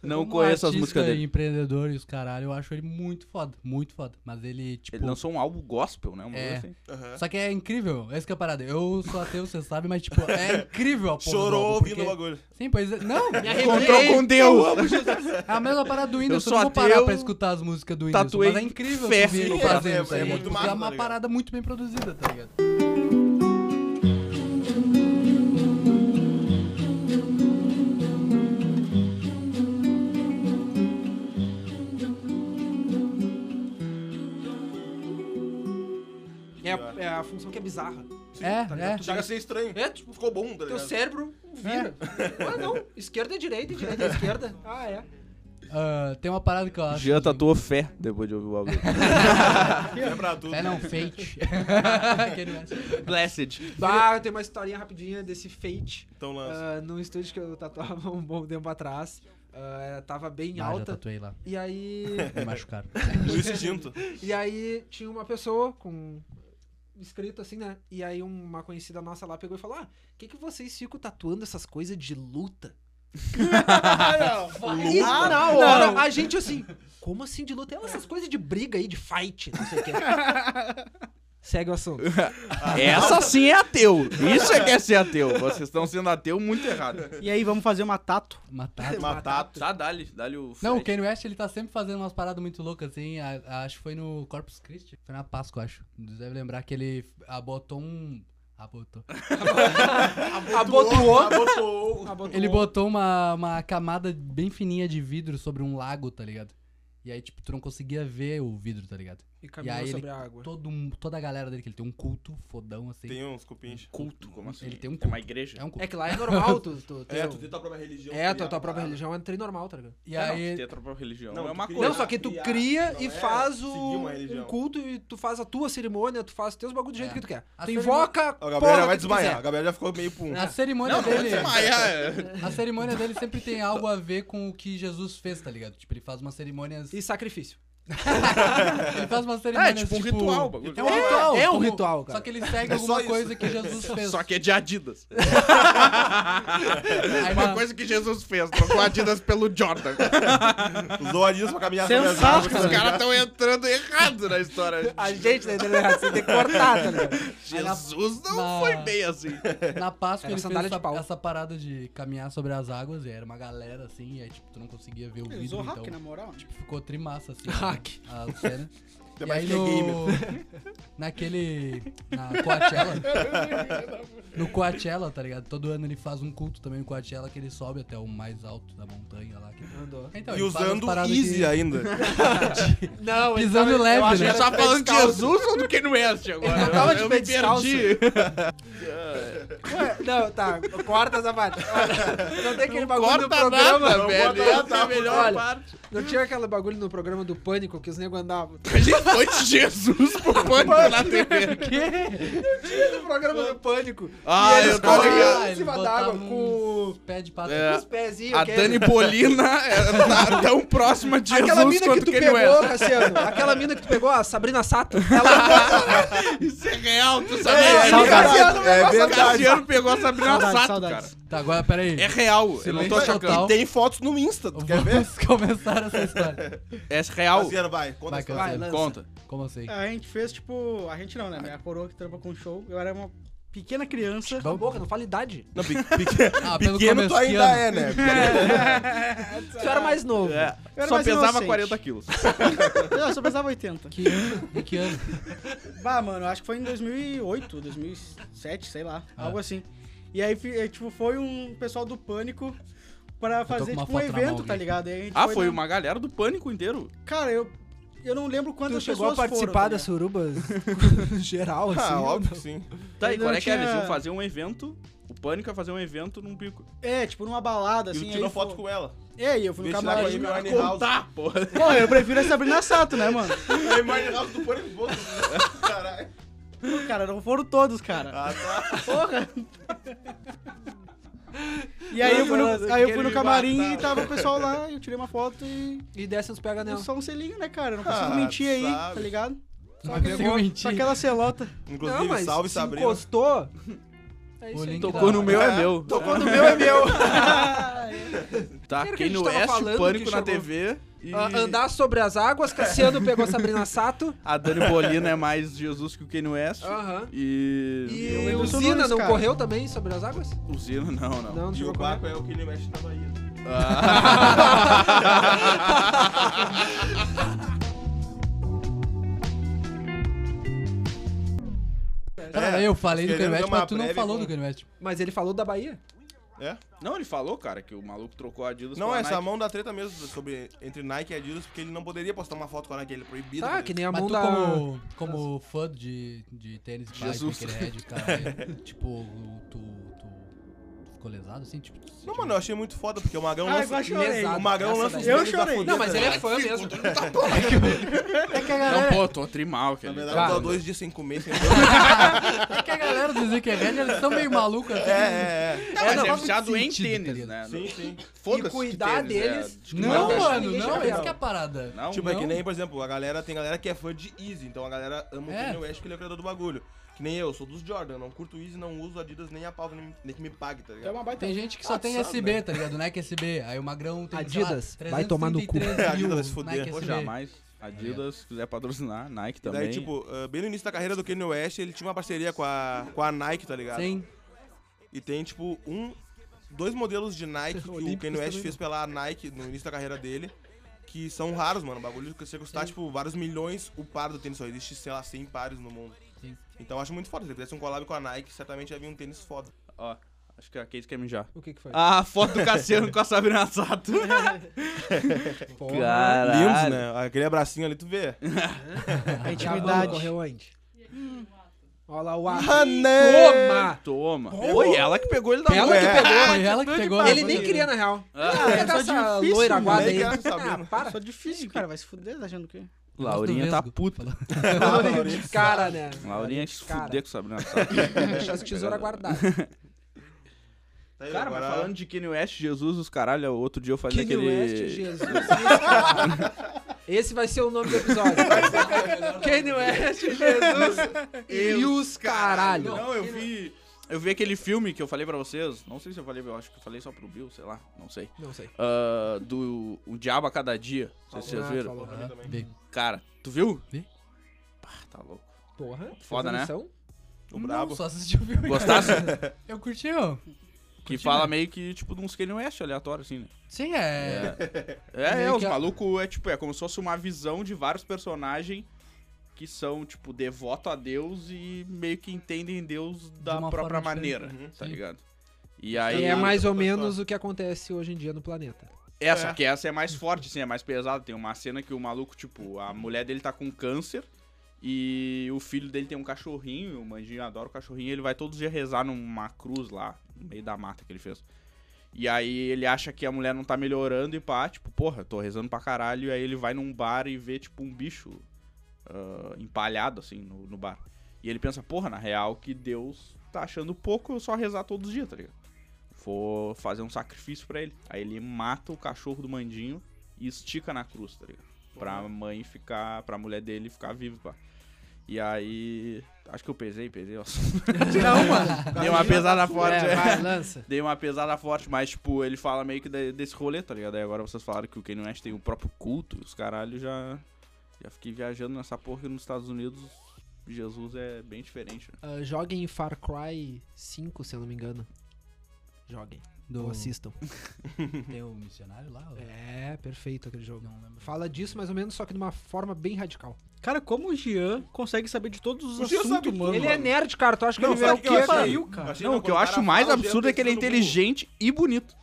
Speaker 3: Não
Speaker 1: Como
Speaker 3: conheço as
Speaker 1: artista
Speaker 3: músicas
Speaker 1: e
Speaker 3: dele.
Speaker 1: empreendedor e os caralho, eu acho ele muito foda, muito foda. Mas ele, tipo.
Speaker 3: Ele lançou um álbum gospel, né? Uma
Speaker 1: É.
Speaker 3: coisa assim.
Speaker 1: Só que é incrível, essa que é a parada. Eu sou ateu, você sabe, mas, tipo, é incrível a porra. do
Speaker 5: Chorou
Speaker 1: álbum,
Speaker 5: ouvindo
Speaker 1: porque-
Speaker 5: o bagulho.
Speaker 1: Sim, pois é. Não,
Speaker 3: Encontrou com Deus.
Speaker 1: É a mesma parada do Whindersson,
Speaker 3: sou
Speaker 1: eu não vou
Speaker 3: ateu,
Speaker 1: parar pra escutar as músicas do Whindersson,
Speaker 3: tatuei
Speaker 1: mas é incrível
Speaker 3: fé,
Speaker 1: tu ver ele
Speaker 3: sim,
Speaker 5: é,
Speaker 1: fazendo isso
Speaker 5: é
Speaker 1: aí.
Speaker 5: muito
Speaker 1: Porque
Speaker 5: massa,
Speaker 1: é
Speaker 5: tá
Speaker 1: uma
Speaker 5: ligado?
Speaker 1: parada muito bem produzida, tá ligado?
Speaker 2: É a, é a função que é bizarra.
Speaker 1: É, é.
Speaker 5: Tu Chega a ser estranho.
Speaker 2: É, tipo,
Speaker 5: Ficou bom, tá
Speaker 2: teu
Speaker 5: ligado?
Speaker 2: cérebro vira. Ah, não. Esquerda é direita, direita é esquerda. Ah, é.
Speaker 1: Ah, tem uma parada que eu acho...
Speaker 3: Jean tatuou fé depois de ouvir o álbum.
Speaker 5: É pra tudo.
Speaker 1: É, não, fate. Aquele mesmo.
Speaker 3: Blessed.
Speaker 2: Bah, tem uma historinha rapidinha desse fate.
Speaker 5: Então lança.
Speaker 2: ah, num estúdio que eu tatuava um bom tempo atrás. Ah, tava bem
Speaker 1: Ah, já
Speaker 2: alta.
Speaker 1: tatuei lá.
Speaker 2: E aí.
Speaker 1: Me machucaram.
Speaker 5: O instinto.
Speaker 2: E aí tinha uma pessoa com escrito assim, né? E aí uma conhecida nossa lá pegou e falou: Ah, o que, que vocês ficam tatuando essas coisas de luta? Isso,
Speaker 4: Ah,
Speaker 2: na
Speaker 4: não.
Speaker 2: hora, a gente assim, como assim de luta? Ela, Essas coisas de briga aí, de fight, não sei o que. Segue o assunto.
Speaker 3: Essa sim é ateu. Isso é que é ser ateu. Vocês estão sendo ateu muito errado.
Speaker 4: E aí, vamos fazer uma tato?
Speaker 1: Matado.
Speaker 5: Matato.
Speaker 3: Tá, dá-lhe. Dá-lhe o.
Speaker 1: Não, o
Speaker 3: Fred.
Speaker 1: Kanye West, ele tá sempre fazendo umas paradas muito loucas, assim. a- a- acho que foi no Corpus Christi. Foi na Páscoa, acho. Tu deve lembrar que ele abotou um... Abotou.
Speaker 2: Abotoou.
Speaker 5: Botou.
Speaker 1: Ele botou uma, uma camada bem fininha de vidro sobre um lago, tá ligado? E aí, tipo, tu não conseguia ver o vidro, tá ligado?
Speaker 2: E
Speaker 1: E
Speaker 2: caminhou
Speaker 1: aí
Speaker 2: sobre
Speaker 1: ele-
Speaker 2: a água.
Speaker 1: Todo, um- toda a galera dele, que ele tem um culto fodão, assim.
Speaker 5: Tem uns cupins.
Speaker 3: culto, como assim?
Speaker 1: Ele tem um
Speaker 3: É uma
Speaker 1: culto.
Speaker 3: igreja?
Speaker 1: É um culto.
Speaker 2: É que lá é normal, tu, tu, tu-
Speaker 5: É, tu tem tua própria religião.
Speaker 2: é,
Speaker 5: tu
Speaker 2: tua,
Speaker 5: tem
Speaker 2: tua
Speaker 5: a
Speaker 2: própria
Speaker 5: parada.
Speaker 2: religião é trem normal, tá ligado?
Speaker 1: E
Speaker 3: É, não,
Speaker 1: aí,
Speaker 3: tu tem a própria religião.
Speaker 5: Não,
Speaker 3: é
Speaker 5: tu
Speaker 3: uma
Speaker 5: cria-
Speaker 3: coisa.
Speaker 2: Não, só que tu
Speaker 5: criar,
Speaker 2: cria
Speaker 5: não
Speaker 2: e
Speaker 5: é
Speaker 2: faz
Speaker 5: seguir
Speaker 2: o,
Speaker 5: uma
Speaker 2: um
Speaker 5: religião.
Speaker 2: culto e tu faz a tua cerimônia, tu faz os teus bagulhos do jeito
Speaker 1: É.
Speaker 2: que tu quer.
Speaker 1: A
Speaker 2: tu
Speaker 1: cerimônia-
Speaker 2: invoca.
Speaker 5: A
Speaker 2: porra
Speaker 5: Gabriela
Speaker 2: que
Speaker 5: vai
Speaker 2: tu
Speaker 5: desmaiar. A
Speaker 2: quiser.
Speaker 5: Gabriela já ficou meio pum.
Speaker 1: a cerimônia dele.
Speaker 3: Desmaiar.
Speaker 1: A cerimônia dele sempre tem algo a ver com o que Jesus fez, tá ligado? Tipo, ele faz umas cerimônias.
Speaker 2: E sacrifício.
Speaker 1: Ele faz umas cerimônias.
Speaker 3: tipo um ritual, o bagulho.
Speaker 1: É um ritual.
Speaker 2: É, é um
Speaker 1: tipo,
Speaker 2: ritual, cara.
Speaker 1: Só que ele segue
Speaker 5: É só
Speaker 1: alguma
Speaker 5: isso.
Speaker 1: coisa que Jesus fez.
Speaker 3: Só que é de Adidas.
Speaker 1: Aí
Speaker 3: Uma
Speaker 1: na-
Speaker 3: coisa que Jesus fez, trocou Adidas pelo Jordan.
Speaker 5: Usou a Adidas pra caminhar sobre as
Speaker 4: Sensato,
Speaker 5: águas.
Speaker 3: Os caras estão entrando errado na história.
Speaker 2: A gente tá entendendo errado, você tem que cortar, tá ligado?
Speaker 3: Jesus não
Speaker 1: na-
Speaker 3: foi bem assim.
Speaker 1: Na Páscoa
Speaker 2: Era
Speaker 1: ele fez
Speaker 2: sandália de
Speaker 1: essa,
Speaker 2: pau.
Speaker 1: essa parada de caminhar sobre as águas e era uma galera assim, e aí tipo, tu não conseguia ver o
Speaker 4: Ele usou
Speaker 1: vidro,
Speaker 4: hack, né? na
Speaker 1: então
Speaker 4: moral.
Speaker 1: ficou trimassa assim.
Speaker 2: Hack.
Speaker 1: A cena.
Speaker 5: Ainda
Speaker 1: E
Speaker 5: mais
Speaker 1: aí
Speaker 5: que é
Speaker 1: no... Naquele... Na Coachella. no Coachella, tá ligado? Todo ano ele faz um culto também no Coachella, que ele sobe até o mais alto da montanha lá. que-
Speaker 2: Andou.
Speaker 1: Então,
Speaker 5: E
Speaker 1: ele faz
Speaker 5: usando
Speaker 1: umas paradas
Speaker 5: Easy
Speaker 1: que-
Speaker 5: ainda.
Speaker 2: Não, então,
Speaker 1: Pisando leve,
Speaker 3: A
Speaker 2: é
Speaker 3: gente
Speaker 1: né?
Speaker 3: tá falando de Jesus ou do Ken West agora?
Speaker 2: Ele tava
Speaker 3: Eu-
Speaker 2: de
Speaker 3: eu me
Speaker 2: pé descalço.
Speaker 3: perdi.
Speaker 2: Ué, Não, tá. Corta essa parte. Olha, Não tem aquele bagulho
Speaker 3: Corta
Speaker 2: no programa.
Speaker 3: nada, velho.
Speaker 5: botar
Speaker 3: Essa é a
Speaker 5: nada,
Speaker 3: melhor
Speaker 2: olha.
Speaker 3: parte.
Speaker 2: Não tinha aquele bagulho no programa do Pânico que os nego andavam.
Speaker 3: A gente foi de Jesus pro pânico na TV.
Speaker 2: No um programa do Pânico.
Speaker 3: Ah,
Speaker 2: e eles
Speaker 3: eu tô
Speaker 2: correm
Speaker 3: ligado.
Speaker 2: em cima d'água
Speaker 4: um-
Speaker 2: com
Speaker 1: com pé de pato.
Speaker 3: É.
Speaker 2: os pezinhos.
Speaker 3: A
Speaker 2: que é-
Speaker 3: Dani Polina é, tá tão próxima de
Speaker 2: Aquela
Speaker 3: Jesus
Speaker 2: mina que
Speaker 3: quanto é.
Speaker 2: tu
Speaker 3: Ken
Speaker 2: pegou,
Speaker 3: West.
Speaker 2: Cassiano. Aquela mina que tu pegou, a Sabrina Sato. Ela
Speaker 3: Isso é real, tu
Speaker 2: É,
Speaker 3: sabe?
Speaker 2: saudade.
Speaker 5: É
Speaker 3: O
Speaker 5: verdade.
Speaker 3: Cassiano pegou a Sabrina
Speaker 4: Saudades,
Speaker 3: Sato,
Speaker 4: saudades.
Speaker 3: cara.
Speaker 1: Tá, agora peraí.
Speaker 3: É real, eu não
Speaker 1: Silêncio
Speaker 3: tô chocando.
Speaker 1: total.
Speaker 5: E tem fotos no Insta, tu quer ver?
Speaker 1: Vamos começar essa história.
Speaker 3: É real.
Speaker 5: Cassiano, vai. Conta a
Speaker 1: Vai,
Speaker 5: história.
Speaker 1: Cassiano.
Speaker 2: lança.
Speaker 3: Conta.
Speaker 1: Como assim?
Speaker 4: A gente fez, tipo... A gente não, né? Minha coroa que trampa com show. Eu era uma pequena criança.
Speaker 2: Cala a boca, não fala idade.
Speaker 5: Não, pe- pe-
Speaker 1: Ah, pelo
Speaker 5: pequeno tu
Speaker 1: começo,
Speaker 5: ainda
Speaker 1: Keanu.
Speaker 5: é, né?
Speaker 2: Tu era mais novo.
Speaker 4: Eu era
Speaker 3: Só
Speaker 4: mais
Speaker 3: pesava
Speaker 4: é- inocente.
Speaker 3: 40 quilos.
Speaker 4: Eu só pesava 80.
Speaker 1: Que ano? E que ano?
Speaker 4: Bah, mano, acho que foi em 2008, 2007, sei lá,
Speaker 1: Ah.
Speaker 4: algo assim. E aí, fi- eh, tipo, foi um pessoal do Pânico pra
Speaker 1: tô com
Speaker 4: fazer,
Speaker 1: uma
Speaker 4: tipo, um
Speaker 1: foto na
Speaker 4: evento,
Speaker 1: mão
Speaker 4: tá
Speaker 1: aqui.
Speaker 4: ligado? E aí a gente
Speaker 3: Ah, foi
Speaker 4: na-
Speaker 3: uma galera do pânico inteiro.
Speaker 4: Cara, eu, eu não lembro
Speaker 2: Tu
Speaker 4: quantas
Speaker 2: chegou a
Speaker 4: pessoas
Speaker 2: participar
Speaker 4: foram, tá
Speaker 2: das
Speaker 4: ligado?
Speaker 2: surubas geral, assim.
Speaker 5: Ah,
Speaker 2: ou
Speaker 5: óbvio que
Speaker 2: não?
Speaker 5: sim.
Speaker 3: Tá, e
Speaker 4: Ainda
Speaker 3: qual
Speaker 4: não
Speaker 3: é que era? Eles
Speaker 4: tinha-
Speaker 3: iam fazer um evento. O pânico ia fazer um evento num pico.
Speaker 4: É, tipo, numa balada,
Speaker 5: E
Speaker 4: assim.
Speaker 5: tu tirou
Speaker 4: aí
Speaker 5: foto
Speaker 4: foi-
Speaker 5: com ela.
Speaker 4: É, e eu fui no
Speaker 5: Vestido com a
Speaker 4: camarim.
Speaker 5: Amy Winehouse.
Speaker 3: Contar, porra.
Speaker 4: Pô, eu prefiro a Sabrina Sato, né, mano?
Speaker 5: É Imagem House do Pânico. pô. né? Caralho.
Speaker 4: Pô, cara, não foram todos,
Speaker 5: Ah,
Speaker 4: cara.
Speaker 5: tá.
Speaker 4: Porra!
Speaker 5: Ah.
Speaker 4: E aí eu fui no, aí eu fui no camarim e tava o pessoal lá, eu tirei uma foto e.
Speaker 2: E desce uns pega nela.
Speaker 4: Só um selinho, né, cara? Eu Não consigo
Speaker 5: Ah,
Speaker 4: mentir aí,
Speaker 5: sabe.
Speaker 4: tá ligado? Só,
Speaker 1: Não
Speaker 5: é
Speaker 1: consigo
Speaker 4: aquele-
Speaker 1: mentir.
Speaker 4: só aquela celota.
Speaker 5: Inclusive, salve
Speaker 2: se
Speaker 5: Sabrina.
Speaker 2: encostou... É
Speaker 1: O
Speaker 2: isso aí.
Speaker 1: link
Speaker 3: Tocou no meu, é
Speaker 5: É,
Speaker 3: meu.
Speaker 5: Tocou no meu, é meu.
Speaker 3: Tá,
Speaker 2: Era o que a
Speaker 3: quem
Speaker 2: gente
Speaker 3: no
Speaker 2: tava
Speaker 3: Oeste,
Speaker 2: falando
Speaker 3: Pânico
Speaker 2: que
Speaker 3: na
Speaker 2: chegou-
Speaker 3: TV. E
Speaker 2: Ah, andar sobre as águas, Cassiano pegou a Sabrina Sato.
Speaker 3: a Dani Bolina é mais Jesus que o Kanye West.
Speaker 2: Aham.
Speaker 3: E...
Speaker 2: E
Speaker 4: lembro
Speaker 2: o
Speaker 4: seu
Speaker 2: Zina
Speaker 4: nome,
Speaker 2: não
Speaker 4: cara.
Speaker 2: correu também sobre as águas?
Speaker 3: O Zino, não, não.
Speaker 2: Não, não
Speaker 5: E
Speaker 2: chegou
Speaker 5: o
Speaker 2: a correr.
Speaker 5: Paco é o que ele mexe na Bahia.
Speaker 1: Cara, eu falei do
Speaker 5: querendo
Speaker 1: Kanye West,
Speaker 5: dar é- uma
Speaker 1: mas tu não
Speaker 5: breve
Speaker 1: falou
Speaker 5: com-
Speaker 1: do Kanye West.
Speaker 2: Mas ele falou da Bahia.
Speaker 5: É?
Speaker 3: Não, ele falou, cara, que o maluco trocou a Adidas
Speaker 5: Não,
Speaker 3: pela
Speaker 5: essa é
Speaker 3: Nike.
Speaker 5: mão da treta mesmo sobre, entre Nike e Adidas, porque ele não poderia postar uma foto com a Nike, ele é proibido.
Speaker 2: Tá, que nem a
Speaker 1: Mas
Speaker 2: mão
Speaker 1: tu
Speaker 2: da...
Speaker 1: como, como fã de, de tênis
Speaker 3: Jesus.
Speaker 1: Jesus. bike, head, cara, é, tipo, o- tu, tu ficou lesado assim? Tipo, tu
Speaker 5: Não,
Speaker 1: sentiu-
Speaker 5: mano, eu achei muito foda, porque o Magrão
Speaker 4: Ah, eu
Speaker 5: lança...
Speaker 4: acho- chorei.
Speaker 5: O Magrão
Speaker 2: Essa
Speaker 5: lança os
Speaker 2: daí.
Speaker 4: Eu
Speaker 5: tênis da
Speaker 4: chorei.
Speaker 5: Fudeza.
Speaker 2: Não, mas ele é fã mesmo.
Speaker 4: É que
Speaker 3: Não,
Speaker 4: a galera.
Speaker 3: pô, eu tô trimal,
Speaker 5: Na
Speaker 3: cara.
Speaker 5: verdade,
Speaker 2: Cara.
Speaker 5: eu tô há dois dias sem comer, sem
Speaker 1: É que a galera do Zeke Red, eles são meio malucos assim.
Speaker 5: É, é, é.
Speaker 3: Não, mas
Speaker 1: não,
Speaker 3: é
Speaker 1: faz
Speaker 3: viciado
Speaker 1: muito
Speaker 3: em
Speaker 1: sentido, tá
Speaker 3: tênis,
Speaker 1: ligado?
Speaker 3: né?
Speaker 5: Sim, sim.
Speaker 3: Foda-se.
Speaker 2: E cuidar
Speaker 3: que tênis,
Speaker 2: deles,
Speaker 3: é. Acho que
Speaker 1: Não,
Speaker 2: deixa
Speaker 1: mano,
Speaker 2: ninguém
Speaker 1: não,
Speaker 2: chegar
Speaker 1: essa
Speaker 2: perto.
Speaker 1: que é a parada.
Speaker 3: Não,
Speaker 5: Tipo, é
Speaker 1: não.
Speaker 5: que nem, por exemplo, a galera tem galera que é fã de Easy, então a galera ama
Speaker 1: É.
Speaker 5: o Kanye West que ele é o criador do bagulho. Que nem eu, sou dos Jordan, não curto Easy, não uso Adidas nem a pau, nem, nem que me pague, tá
Speaker 4: É
Speaker 5: ligado?
Speaker 4: uma baita.
Speaker 1: Tem gente que só tem
Speaker 5: sabe,
Speaker 1: SB, tá ligado? Nike SB. Aí o Magrão tem,
Speaker 2: Adidas,
Speaker 1: sei lá,
Speaker 2: vai tomar no cu.
Speaker 1: 333 mil é
Speaker 5: Adidas vai se fuder.
Speaker 1: Nike
Speaker 3: Pô,
Speaker 1: SB.
Speaker 3: jamais. Adidas, se quiser patrocinar, Nike
Speaker 5: E
Speaker 3: também.
Speaker 5: Daí, tipo, ah, bem no início da carreira do Kanye West, ele tinha uma parceria com a, com a Nike, tá ligado?
Speaker 1: Sim.
Speaker 5: E tem, tipo, um. Dois modelos de Nike que o Kanye West
Speaker 3: né?
Speaker 5: fez pela Nike no início da carreira dele. Que são raros, mano. O bagulho que você custar, tipo, vários milhões o par do tênis. Só existe, sei lá, 100 pares no mundo.
Speaker 1: Sim.
Speaker 5: Então eu acho muito foda. Se ele fizesse um collab com a Nike, certamente ia vir um tênis foda.
Speaker 3: Ó, acho que a Kate quer mijar.
Speaker 2: O que que foi?
Speaker 3: A Ah, foto do Cassiano com a Sabrina Sato.
Speaker 2: Porra.
Speaker 3: Caralho.
Speaker 5: Lindos, né? Aquele abracinho ali, tu vê.
Speaker 2: A
Speaker 4: intimidade.
Speaker 2: correu onde? Olha lá o ar.
Speaker 5: né?
Speaker 2: Toma!
Speaker 3: Toma. Foi ela que pegou ele da
Speaker 1: Ela
Speaker 3: mão.
Speaker 1: que pegou, foi ela que
Speaker 4: Puta que
Speaker 1: pegou. ela
Speaker 4: pariu.
Speaker 2: Ele
Speaker 1: foi
Speaker 2: nem
Speaker 1: pegou.
Speaker 2: queria, na real.
Speaker 3: Ah,
Speaker 2: Pega
Speaker 4: é, tá
Speaker 5: tá
Speaker 4: só
Speaker 2: essa
Speaker 4: difícil,
Speaker 2: loira aguada
Speaker 5: né,
Speaker 2: aí.
Speaker 5: cara, Sabrina?
Speaker 2: Ah, para.
Speaker 4: Só difícil, cara. Vai se fuder, tá achando que.
Speaker 3: Laurinha tá
Speaker 1: Gosto do
Speaker 3: puta.
Speaker 2: Cara, né?
Speaker 3: Laurinha que se
Speaker 2: Cara.
Speaker 3: fuder com Sabrina Sato.
Speaker 2: Deixar as tesouras guardadas.
Speaker 5: Tá aí,
Speaker 3: Cara, mas falando de Kanye West, Jesus, os caralho, outro dia eu falei
Speaker 2: Kanye
Speaker 3: aquele...
Speaker 2: West, Jesus. Esse vai ser o nome do episódio. Kanye West, Jesus e os caralho.
Speaker 3: Não, eu vi. Eu vi aquele filme que eu falei pra vocês. Não sei se eu falei, eu acho que eu falei só pro Bill, sei lá, não sei.
Speaker 2: Não sei.
Speaker 3: Ah, do O Diabo a Cada Dia. Não sei se vocês
Speaker 2: Ah,
Speaker 3: viram.
Speaker 2: falou.
Speaker 1: Aham, vê.
Speaker 3: Cara, tu viu?
Speaker 1: Vi.
Speaker 3: Ah, tá louco.
Speaker 2: Porra.
Speaker 3: Foda, né?
Speaker 2: Resolução?
Speaker 5: O
Speaker 1: Não,
Speaker 5: brabo.
Speaker 1: só assistiu o filme.
Speaker 3: Gostasse?
Speaker 1: cara. Eu curti, ó.
Speaker 3: que fala meio que, tipo, de uns Kanye West aleatório, assim, né?
Speaker 1: Sim, é.
Speaker 3: É, é,
Speaker 1: meio
Speaker 3: os
Speaker 1: que a-
Speaker 3: malucos é tipo, é como se fosse uma visão de vários personagens que são, tipo, devoto a Deus e meio que entendem Deus da
Speaker 1: uma
Speaker 3: própria
Speaker 1: forma
Speaker 3: maneira,
Speaker 1: diferente. Uhum.
Speaker 3: tá
Speaker 1: Sim.
Speaker 3: ligado? E aí.
Speaker 2: E é mais ou
Speaker 5: Tá, tá.
Speaker 2: menos o que acontece hoje em dia no planeta.
Speaker 3: Essa,
Speaker 5: É.
Speaker 3: que essa é mais forte, assim, é mais pesada. Tem uma cena que o maluco, tipo, a mulher dele tá com câncer e o filho dele tem um cachorrinho, o Mandinho adora o cachorrinho, ele vai todos os dias rezar numa cruz lá, no meio da mata que ele fez. E aí ele acha que a mulher não tá melhorando e pá, tipo, porra, eu tô rezando pra caralho. E aí ele vai num bar e vê, tipo, um bicho ah, empalhado, assim, no, no bar. E ele pensa, porra, na real que Deus tá achando pouco eu só rezar todos os dias, tá ligado? Vou fazer um sacrifício pra ele. Aí ele mata o cachorro do Mandinho e estica na cruz, tá ligado? Pra mãe ficar, pra mulher dele ficar viva, pá. E aí. Acho que eu pesei, pesei, ó.
Speaker 2: Não, mano.
Speaker 3: Dei uma pesada forte. né?
Speaker 2: É, vai, lança.
Speaker 3: Dei uma pesada forte, mas, tipo, ele fala meio que de- desse rolê, tá ligado? Aí agora vocês falaram que o Kanye West tem o próprio culto, os caralho já. Já fiquei viajando nessa porra que nos Estados Unidos Jesus é bem diferente, né?
Speaker 2: Ah, joguem em Far Cry 5, se eu não me engano. Joguem. Ou
Speaker 1: Do,
Speaker 2: assistam.
Speaker 1: tem o missionário lá? ó.
Speaker 2: É, perfeito aquele jogo.
Speaker 1: Não lembro.
Speaker 2: Fala disso mais ou menos, só que de uma forma bem radical.
Speaker 4: Cara, como o Jean consegue saber de todos os
Speaker 5: O Jean sabe
Speaker 4: assuntos,
Speaker 5: tudo,
Speaker 4: mano?
Speaker 2: Ele é nerd, cara. Tu acha que
Speaker 5: Não,
Speaker 2: ele
Speaker 5: sabe
Speaker 2: é o
Speaker 5: o que eu
Speaker 2: quê,
Speaker 5: achei?
Speaker 2: cara?
Speaker 4: Pariu, cara.
Speaker 5: Achei
Speaker 3: Não, o que eu
Speaker 5: quando
Speaker 3: acho
Speaker 5: cara
Speaker 3: mais
Speaker 5: fala, o
Speaker 3: absurdo é que ele é
Speaker 5: Jean pensa no Google.
Speaker 3: inteligente e bonito.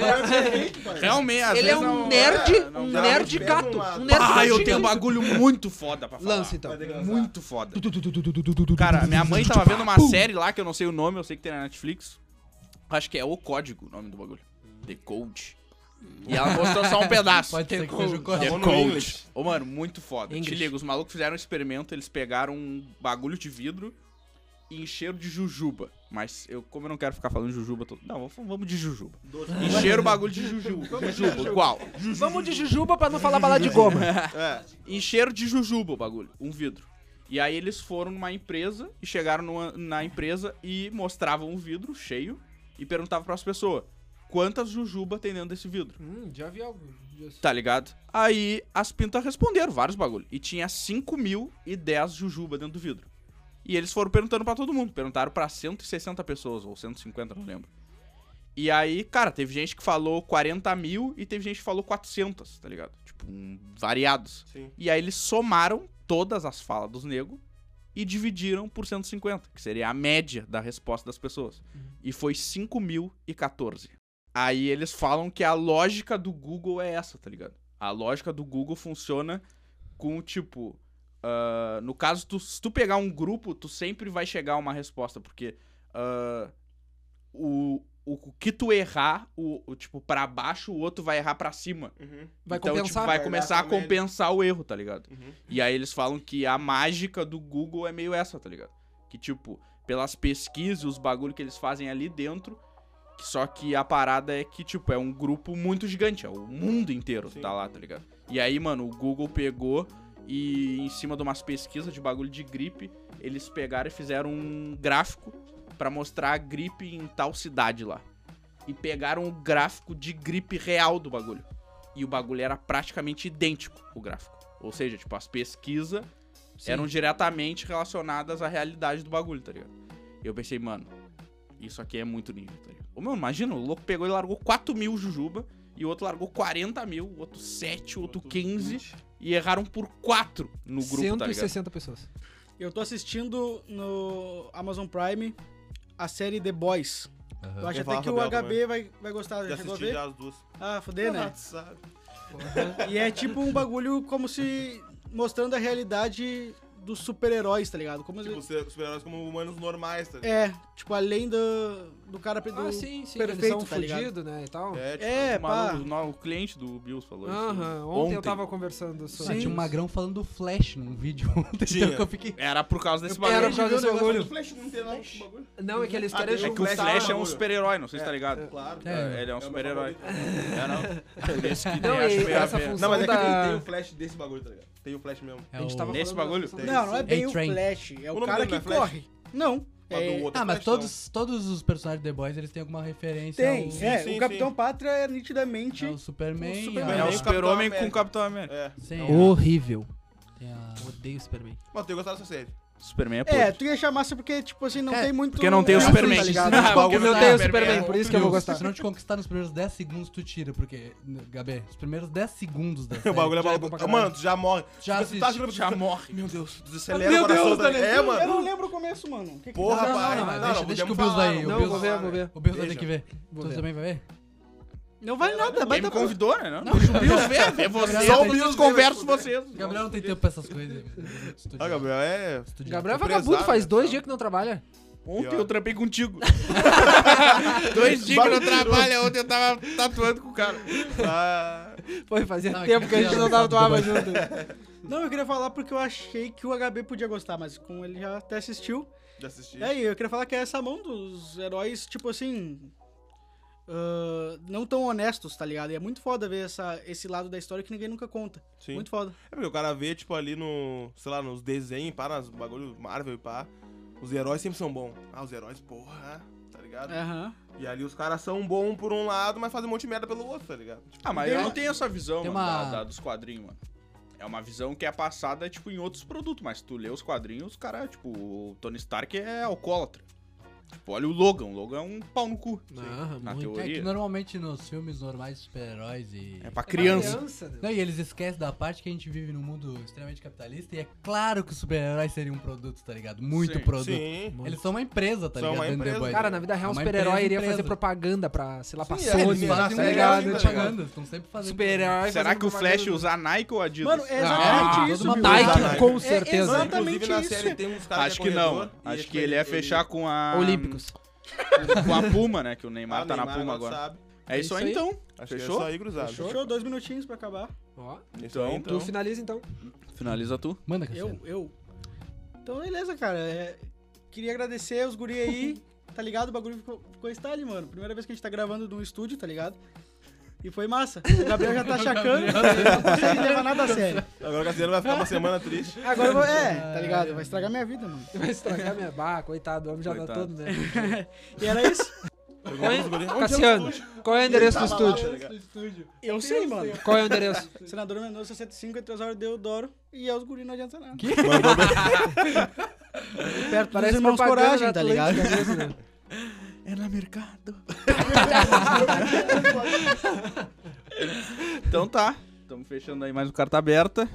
Speaker 5: É,
Speaker 4: assim.
Speaker 3: Realmente, às
Speaker 2: Ele é
Speaker 3: vezes
Speaker 2: um
Speaker 3: não-
Speaker 2: nerd,
Speaker 3: é, não
Speaker 2: um
Speaker 3: dá.
Speaker 5: dá,
Speaker 2: nerd
Speaker 5: pega
Speaker 2: gato.
Speaker 5: uma-
Speaker 2: Um nerd
Speaker 3: Ah, eu
Speaker 2: gatinho.
Speaker 3: tenho um bagulho muito foda pra falar.
Speaker 2: Lance, então.
Speaker 3: Muito foda. Cara, minha mãe tava vendo uma série lá que eu não sei o nome, eu sei que tem na Netflix. Acho que é O Código o nome do bagulho. The Code. E ela mostrou só um pedaço.
Speaker 1: Pode ser que seja o
Speaker 3: The
Speaker 5: Tá
Speaker 1: código.
Speaker 5: bom no
Speaker 3: Code.
Speaker 5: English.
Speaker 3: Ô, mano, muito foda. Te
Speaker 2: English.
Speaker 3: liga, os malucos fizeram um experimento, eles pegaram um bagulho de vidro encheram de jujuba. Mas eu, como eu não quero ficar falando de jujuba todo. Não, vamos- vamos de jujuba. Encheram o bagulho de jujuba. Jujuba, igual.
Speaker 2: Vamos de jujuba pra não falar balada de goma.
Speaker 3: Encheram de jujuba o bagulho, um vidro. E aí eles foram numa empresa e chegaram numa- na empresa e mostravam um vidro cheio e perguntavam pras pessoas quantas jujuba tem dentro desse vidro.
Speaker 2: Hum, já vi algo disso.
Speaker 3: Tá ligado? Aí as pintas responderam vários bagulho. E tinha 5.010 jujuba dentro do vidro. E eles foram perguntando pra todo mundo. Perguntaram pra 160 pessoas, ou 150, não lembro. E aí, cara, teve gente que falou 40 mil e teve gente que falou 400, tá ligado? Tipo, um, variados.
Speaker 5: Sim.
Speaker 3: E aí eles somaram todas as falas dos negros e dividiram por 150, que seria a média da resposta das pessoas.
Speaker 2: Uhum.
Speaker 3: E foi 5.014. Aí eles falam que a lógica do Google é essa, tá ligado? A lógica do Google funciona com tipo. ah, no caso, tu- se tu pegar um grupo, tu sempre vai chegar a uma resposta, porque ah, o, o, o que tu errar, o, o, tipo, pra baixo, o outro vai errar pra cima.
Speaker 5: Uhum.
Speaker 2: Vai
Speaker 3: então,
Speaker 2: compensar?
Speaker 3: tipo, vai
Speaker 5: Vai
Speaker 3: começar a
Speaker 5: dar também.
Speaker 3: compensar o erro, tá ligado?
Speaker 5: Uhum.
Speaker 3: E aí eles falam que a mágica do Google é meio essa, tá ligado? Que tipo, pelas pesquisas, os bagulho que eles fazem ali dentro, que só que a parada é que tipo, é um grupo muito gigante, é o mundo inteiro que
Speaker 5: Sim.
Speaker 3: tá lá, tá ligado? E aí, mano, o Google pegou e em cima de umas pesquisas de bagulho de gripe, eles pegaram e fizeram um gráfico pra mostrar a gripe em tal cidade lá. E pegaram o gráfico de gripe real do bagulho. E o bagulho era praticamente idêntico, o gráfico. Ou seja, tipo, as pesquisas eram diretamente relacionadas à realidade do bagulho, tá ligado? E eu pensei, mano, isso aqui é muito nível, tá ligado? Ô, meu, imagina, o louco pegou e largou 4 mil jujuba, e o outro largou 40 mil, o outro 7, o outro
Speaker 5: né?
Speaker 3: 15, e erraram por 4 no grupo, tá ligado?
Speaker 2: 160 pessoas.
Speaker 4: Eu tô assistindo no Amazon Prime a série The Boys. Eu acho
Speaker 5: Vou
Speaker 4: até
Speaker 5: falar
Speaker 4: que o
Speaker 5: sobre ela
Speaker 4: HB vai, vai gostar.
Speaker 5: Já
Speaker 4: Já chegou a
Speaker 5: assisti
Speaker 4: ver?
Speaker 5: já as duas.
Speaker 4: Ah, fuder, né?
Speaker 5: Ah, sabe.
Speaker 4: E é tipo um bagulho como se mostrando a realidade dos super-heróis, tá ligado? Como
Speaker 5: Tipo,
Speaker 4: eles-
Speaker 5: ser- super-heróis como humanos normais, tá ligado?
Speaker 4: É, tipo, além do, do cara... Do,
Speaker 2: Ah, sim, sim.
Speaker 4: perfeito,
Speaker 2: eles são
Speaker 4: tá ligado?
Speaker 2: fudidos, né, e tal.
Speaker 5: É, tipo,
Speaker 4: É,
Speaker 3: O
Speaker 4: pá.
Speaker 3: maluco, não, o cliente do Bills falou isso.
Speaker 2: Aham, ontem, eu tava conversando
Speaker 1: Ah,
Speaker 2: sobre...
Speaker 1: tinha um magrão falando do Flash num vídeo ontem,
Speaker 5: Tinha.
Speaker 1: então que eu fiquei...
Speaker 3: Era por causa desse
Speaker 2: Eu-
Speaker 3: bagulho.
Speaker 2: era por causa desse bagulho.
Speaker 5: Flash não tem lá o bagulho.
Speaker 2: Não, é que eles
Speaker 5: Ah,
Speaker 2: querem
Speaker 5: tem
Speaker 3: É
Speaker 5: um
Speaker 3: que o
Speaker 2: juntar...
Speaker 5: Flash
Speaker 3: Flash é um
Speaker 5: bagulho.
Speaker 3: super-herói, não sei se tá ligado.
Speaker 5: Claro.
Speaker 1: É.
Speaker 5: cara.
Speaker 3: Ele é um
Speaker 5: o meu
Speaker 3: super-herói.
Speaker 5: favorito.
Speaker 3: É, não. Por isso que
Speaker 2: Não,
Speaker 3: nem acho
Speaker 2: e
Speaker 3: meio a
Speaker 2: essa
Speaker 3: ver.
Speaker 2: função
Speaker 5: Não, mas é que tem,
Speaker 2: da...
Speaker 5: tem o Flash desse bagulho, tá ligado? Tem o Flash mesmo.
Speaker 1: É
Speaker 2: A gente
Speaker 1: o-
Speaker 2: tava
Speaker 3: Nesse
Speaker 2: falando
Speaker 3: bagulho?
Speaker 2: da-
Speaker 5: Tem.
Speaker 4: Não, não é bem o
Speaker 1: A-Train.
Speaker 4: Flash. É o,
Speaker 5: né? O nome
Speaker 4: cara
Speaker 5: dele
Speaker 4: que
Speaker 5: não é Flash?
Speaker 4: corre. Não.
Speaker 5: Mas do
Speaker 4: É,
Speaker 5: outro
Speaker 1: Ah, mas
Speaker 5: Flash não.
Speaker 1: todos, todos os personagens de The Boys, eles têm alguma referência
Speaker 4: tem.
Speaker 1: ao,
Speaker 4: é,
Speaker 5: sim,
Speaker 4: o Capitão
Speaker 5: sim.
Speaker 4: Pátria é nitidamente...
Speaker 1: ao Superman.
Speaker 4: O
Speaker 3: É,
Speaker 4: Superman.
Speaker 1: ao-
Speaker 3: o
Speaker 5: o
Speaker 3: super-homem
Speaker 5: Capitão
Speaker 3: com o Capitão América.
Speaker 5: É.
Speaker 1: Sim, É,
Speaker 2: Horrível.
Speaker 1: tem a-
Speaker 2: Odeio o Superman.
Speaker 5: Mas tem gostado dessa série.
Speaker 3: Superman é
Speaker 4: É,
Speaker 3: podre.
Speaker 4: tu ia achar massa porque, tipo assim, não
Speaker 1: É,
Speaker 4: tem muito...
Speaker 3: porque não tem o
Speaker 4: É,
Speaker 3: Superman.
Speaker 4: tá ligado?
Speaker 2: Não,
Speaker 3: Ah, porque
Speaker 2: eu
Speaker 3: não
Speaker 2: tenho
Speaker 3: tem
Speaker 2: o Superman,
Speaker 3: Superman.
Speaker 2: por isso que eu vou gostar.
Speaker 1: Se não te conquistar nos primeiros 10 segundos, tu tira, porque, Gabi, os primeiros 10 segundos da série,
Speaker 5: O bagulho é
Speaker 2: já
Speaker 5: maluco.
Speaker 2: bom pra
Speaker 5: Mano, tu já morre.
Speaker 1: Já
Speaker 5: Tu- tu tá
Speaker 1: assisti.
Speaker 5: achando que-
Speaker 3: Já
Speaker 1: é
Speaker 3: morre.
Speaker 5: Meu Deus, desacelera
Speaker 4: Meu
Speaker 5: o coração.
Speaker 4: Deus,
Speaker 5: tá ligado? É,
Speaker 4: Eu não
Speaker 5: mano.
Speaker 4: lembro o começo, mano. Que que-
Speaker 5: Porra,
Speaker 2: Não, não,
Speaker 5: pai.
Speaker 2: não, mas deixa- deixa que o
Speaker 5: podemos
Speaker 1: Bills vai-
Speaker 5: falar,
Speaker 1: o
Speaker 5: né?
Speaker 2: Não,
Speaker 1: Bills-
Speaker 2: vou ver, vou ver.
Speaker 1: O Bill vai ter
Speaker 5: Veja.
Speaker 1: que ver.
Speaker 2: Vou
Speaker 1: tu
Speaker 2: ver.
Speaker 1: também vai ver?
Speaker 4: Não vai nada, vai
Speaker 3: Quem me
Speaker 4: dar...
Speaker 3: convidou, né? Não? Deixa o Bills ver, vê vocês.
Speaker 1: Só o
Speaker 5: Bills
Speaker 3: vocês
Speaker 5: vê,
Speaker 3: conversam
Speaker 5: vai
Speaker 3: vocês.
Speaker 1: O Gabriel não tem tempo pra essas coisas.
Speaker 5: Ah, Gabriel, é...
Speaker 2: Gabriel é
Speaker 5: Tô
Speaker 2: vagabundo,
Speaker 5: prezado,
Speaker 2: faz
Speaker 5: né,
Speaker 2: dois
Speaker 5: então.
Speaker 2: dias que não trabalha.
Speaker 3: Ontem
Speaker 5: Pior.
Speaker 3: eu trampei contigo. Dois dias que eu não trabalho, ontem eu tava tatuando com o cara.
Speaker 5: Ah,
Speaker 2: Foi, fazia
Speaker 1: Não, é
Speaker 2: tempo
Speaker 1: que
Speaker 2: que a gente
Speaker 1: eu
Speaker 2: não
Speaker 1: tava
Speaker 2: tatuava
Speaker 1: do
Speaker 2: junto.
Speaker 4: Não, eu queria falar porque eu achei que o HB podia gostar, mas como ele já até assistiu...
Speaker 5: já assisti.
Speaker 4: É, e eu queria falar que é essa mão dos heróis, tipo assim. ah, não tão honestos, tá ligado? E é muito foda ver essa, esse lado da história que ninguém nunca conta.
Speaker 5: Sim.
Speaker 4: Muito foda.
Speaker 5: É porque o cara vê, tipo, ali no. Sei lá, nos desenhos, pá, nas bagulho Marvel e pá. Os heróis sempre são bons. Ah, os heróis, porra, tá ligado?
Speaker 3: É.
Speaker 4: Aham.
Speaker 5: E ali os caras são bons por um lado, mas fazem um monte de merda pelo outro, tá ligado? Tipo,
Speaker 3: Ah, mas eu não tenho essa visão,
Speaker 1: Tem
Speaker 3: mano, da-
Speaker 1: uma-
Speaker 3: da- dos quadrinhos, mano. É uma visão que é passada, tipo, em outros produtos, mas tu lê os quadrinhos, os cara, tipo, o Tony Stark é alcoólatra. Tipo, olha o Logan, o Logan é um pau no cu.
Speaker 2: Não,
Speaker 3: Na
Speaker 1: É que
Speaker 3: teoria.
Speaker 1: normalmente nos filmes normais de super-heróis e...
Speaker 3: É pra criança.
Speaker 2: né?
Speaker 1: Não, e eles esquecem da parte que a gente vive num mundo extremamente capitalista e é claro que os super-heróis seriam um produto, tá ligado? Muito
Speaker 3: Sim,
Speaker 1: produto.
Speaker 5: Sim.
Speaker 1: Eles são uma empresa, tá
Speaker 5: São
Speaker 1: ligado? dentro
Speaker 5: uma
Speaker 1: do The
Speaker 5: empresa.
Speaker 1: Boys.
Speaker 2: Cara, na vida real,
Speaker 1: É
Speaker 2: um
Speaker 1: uma
Speaker 2: super-herói
Speaker 1: empresa,
Speaker 2: iria
Speaker 1: empresa.
Speaker 2: fazer propaganda pra, sei lá, pra
Speaker 5: Sim,
Speaker 1: Eles
Speaker 5: Sony,
Speaker 2: Sony,
Speaker 5: né?
Speaker 1: fazem um
Speaker 5: tá
Speaker 1: milhão
Speaker 5: ligado?
Speaker 2: Tipo,
Speaker 1: de propagandas, estão sempre fazendo
Speaker 2: super-herói
Speaker 3: Será
Speaker 2: fazendo
Speaker 3: que o Flash
Speaker 2: propaganda.
Speaker 3: usa Nike ou Adidas?
Speaker 4: Mano, é
Speaker 5: Ah,
Speaker 4: exatamente
Speaker 1: todo
Speaker 4: isso,
Speaker 1: mundo
Speaker 4: Bill.
Speaker 1: tá aí.
Speaker 2: Nike,
Speaker 5: Nike.
Speaker 2: com
Speaker 4: É,
Speaker 2: certeza.
Speaker 5: Não,
Speaker 4: exatamente
Speaker 5: inclusive na
Speaker 4: isso.
Speaker 5: série tem uns caras é
Speaker 3: Acho que não. Acho que ele ia fechar com a...
Speaker 2: Olímpicos.
Speaker 3: Com a Puma, né? Que o
Speaker 5: Ah,
Speaker 3: Neymar tá na
Speaker 5: Neymar
Speaker 3: Puma
Speaker 5: agora
Speaker 3: agora.
Speaker 5: sabe.
Speaker 3: É isso aí, então.
Speaker 5: Acho que é
Speaker 3: Fechou?
Speaker 5: isso aí, cruzado.
Speaker 4: Fechou? Dois minutinhos pra acabar.
Speaker 2: Ó,
Speaker 5: Isso aí,
Speaker 3: Então,
Speaker 5: então.
Speaker 2: tu finaliza então.
Speaker 3: Finaliza tu.
Speaker 4: Tá
Speaker 1: Manda, Cassiano.
Speaker 4: Eu, eu. Então, beleza, cara. É- Queria agradecer os guri aí, tá ligado? O bagulho ficou, ficou style, mano. Primeira vez que a gente tá gravando num estúdio, tá ligado? E foi massa. O Gabriel já tá chacando, ele não consegue levar nada a sério.
Speaker 5: Agora o Cassiano vai ficar uma semana triste.
Speaker 4: Agora eu vou. É, tá ligado? Vai estragar minha vida, mano.
Speaker 2: Vai estragar minha barra, coitado, o homem já tá
Speaker 3: Coitado.
Speaker 2: todo, né?
Speaker 4: E era isso.
Speaker 2: Cassiano, qual é o endereço
Speaker 3: tá
Speaker 2: do estúdio?
Speaker 4: Eu sei, mano.
Speaker 2: Qual é o endereço?
Speaker 4: um Senador Mendonça 75, entre as horas deu Doro e aos guri não adianta nada.
Speaker 5: um
Speaker 4: É Perto dos
Speaker 2: Parece
Speaker 4: irmãos
Speaker 2: propaganda
Speaker 4: Coragem,
Speaker 2: da
Speaker 4: tá ligado?
Speaker 2: Atlântica mesmo, né?
Speaker 3: É no mercado.
Speaker 4: Tá
Speaker 3: então tá. Estamos fechando aí mais um Carta Aberta.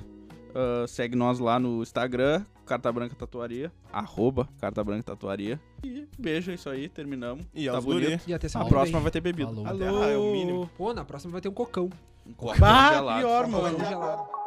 Speaker 3: Ah, segue nós lá no Instagram, Carta Branca Tatuaria. Arroba Carta Branca Tatuaria. E beijo, é isso aí. Terminamos.
Speaker 5: E
Speaker 3: tá
Speaker 5: aos
Speaker 3: bonito.
Speaker 5: guri.
Speaker 2: E até
Speaker 3: A
Speaker 2: semana que
Speaker 3: próxima
Speaker 2: vem.
Speaker 3: vai ter bebida.
Speaker 1: Falou.
Speaker 5: Ah, é o mínimo.
Speaker 4: Alô.
Speaker 2: Pô, na próxima vai ter um cocão.
Speaker 3: Um copo
Speaker 4: Bah,
Speaker 3: gelado.
Speaker 4: pior,
Speaker 2: Vai
Speaker 4: mano.
Speaker 2: ter gelado.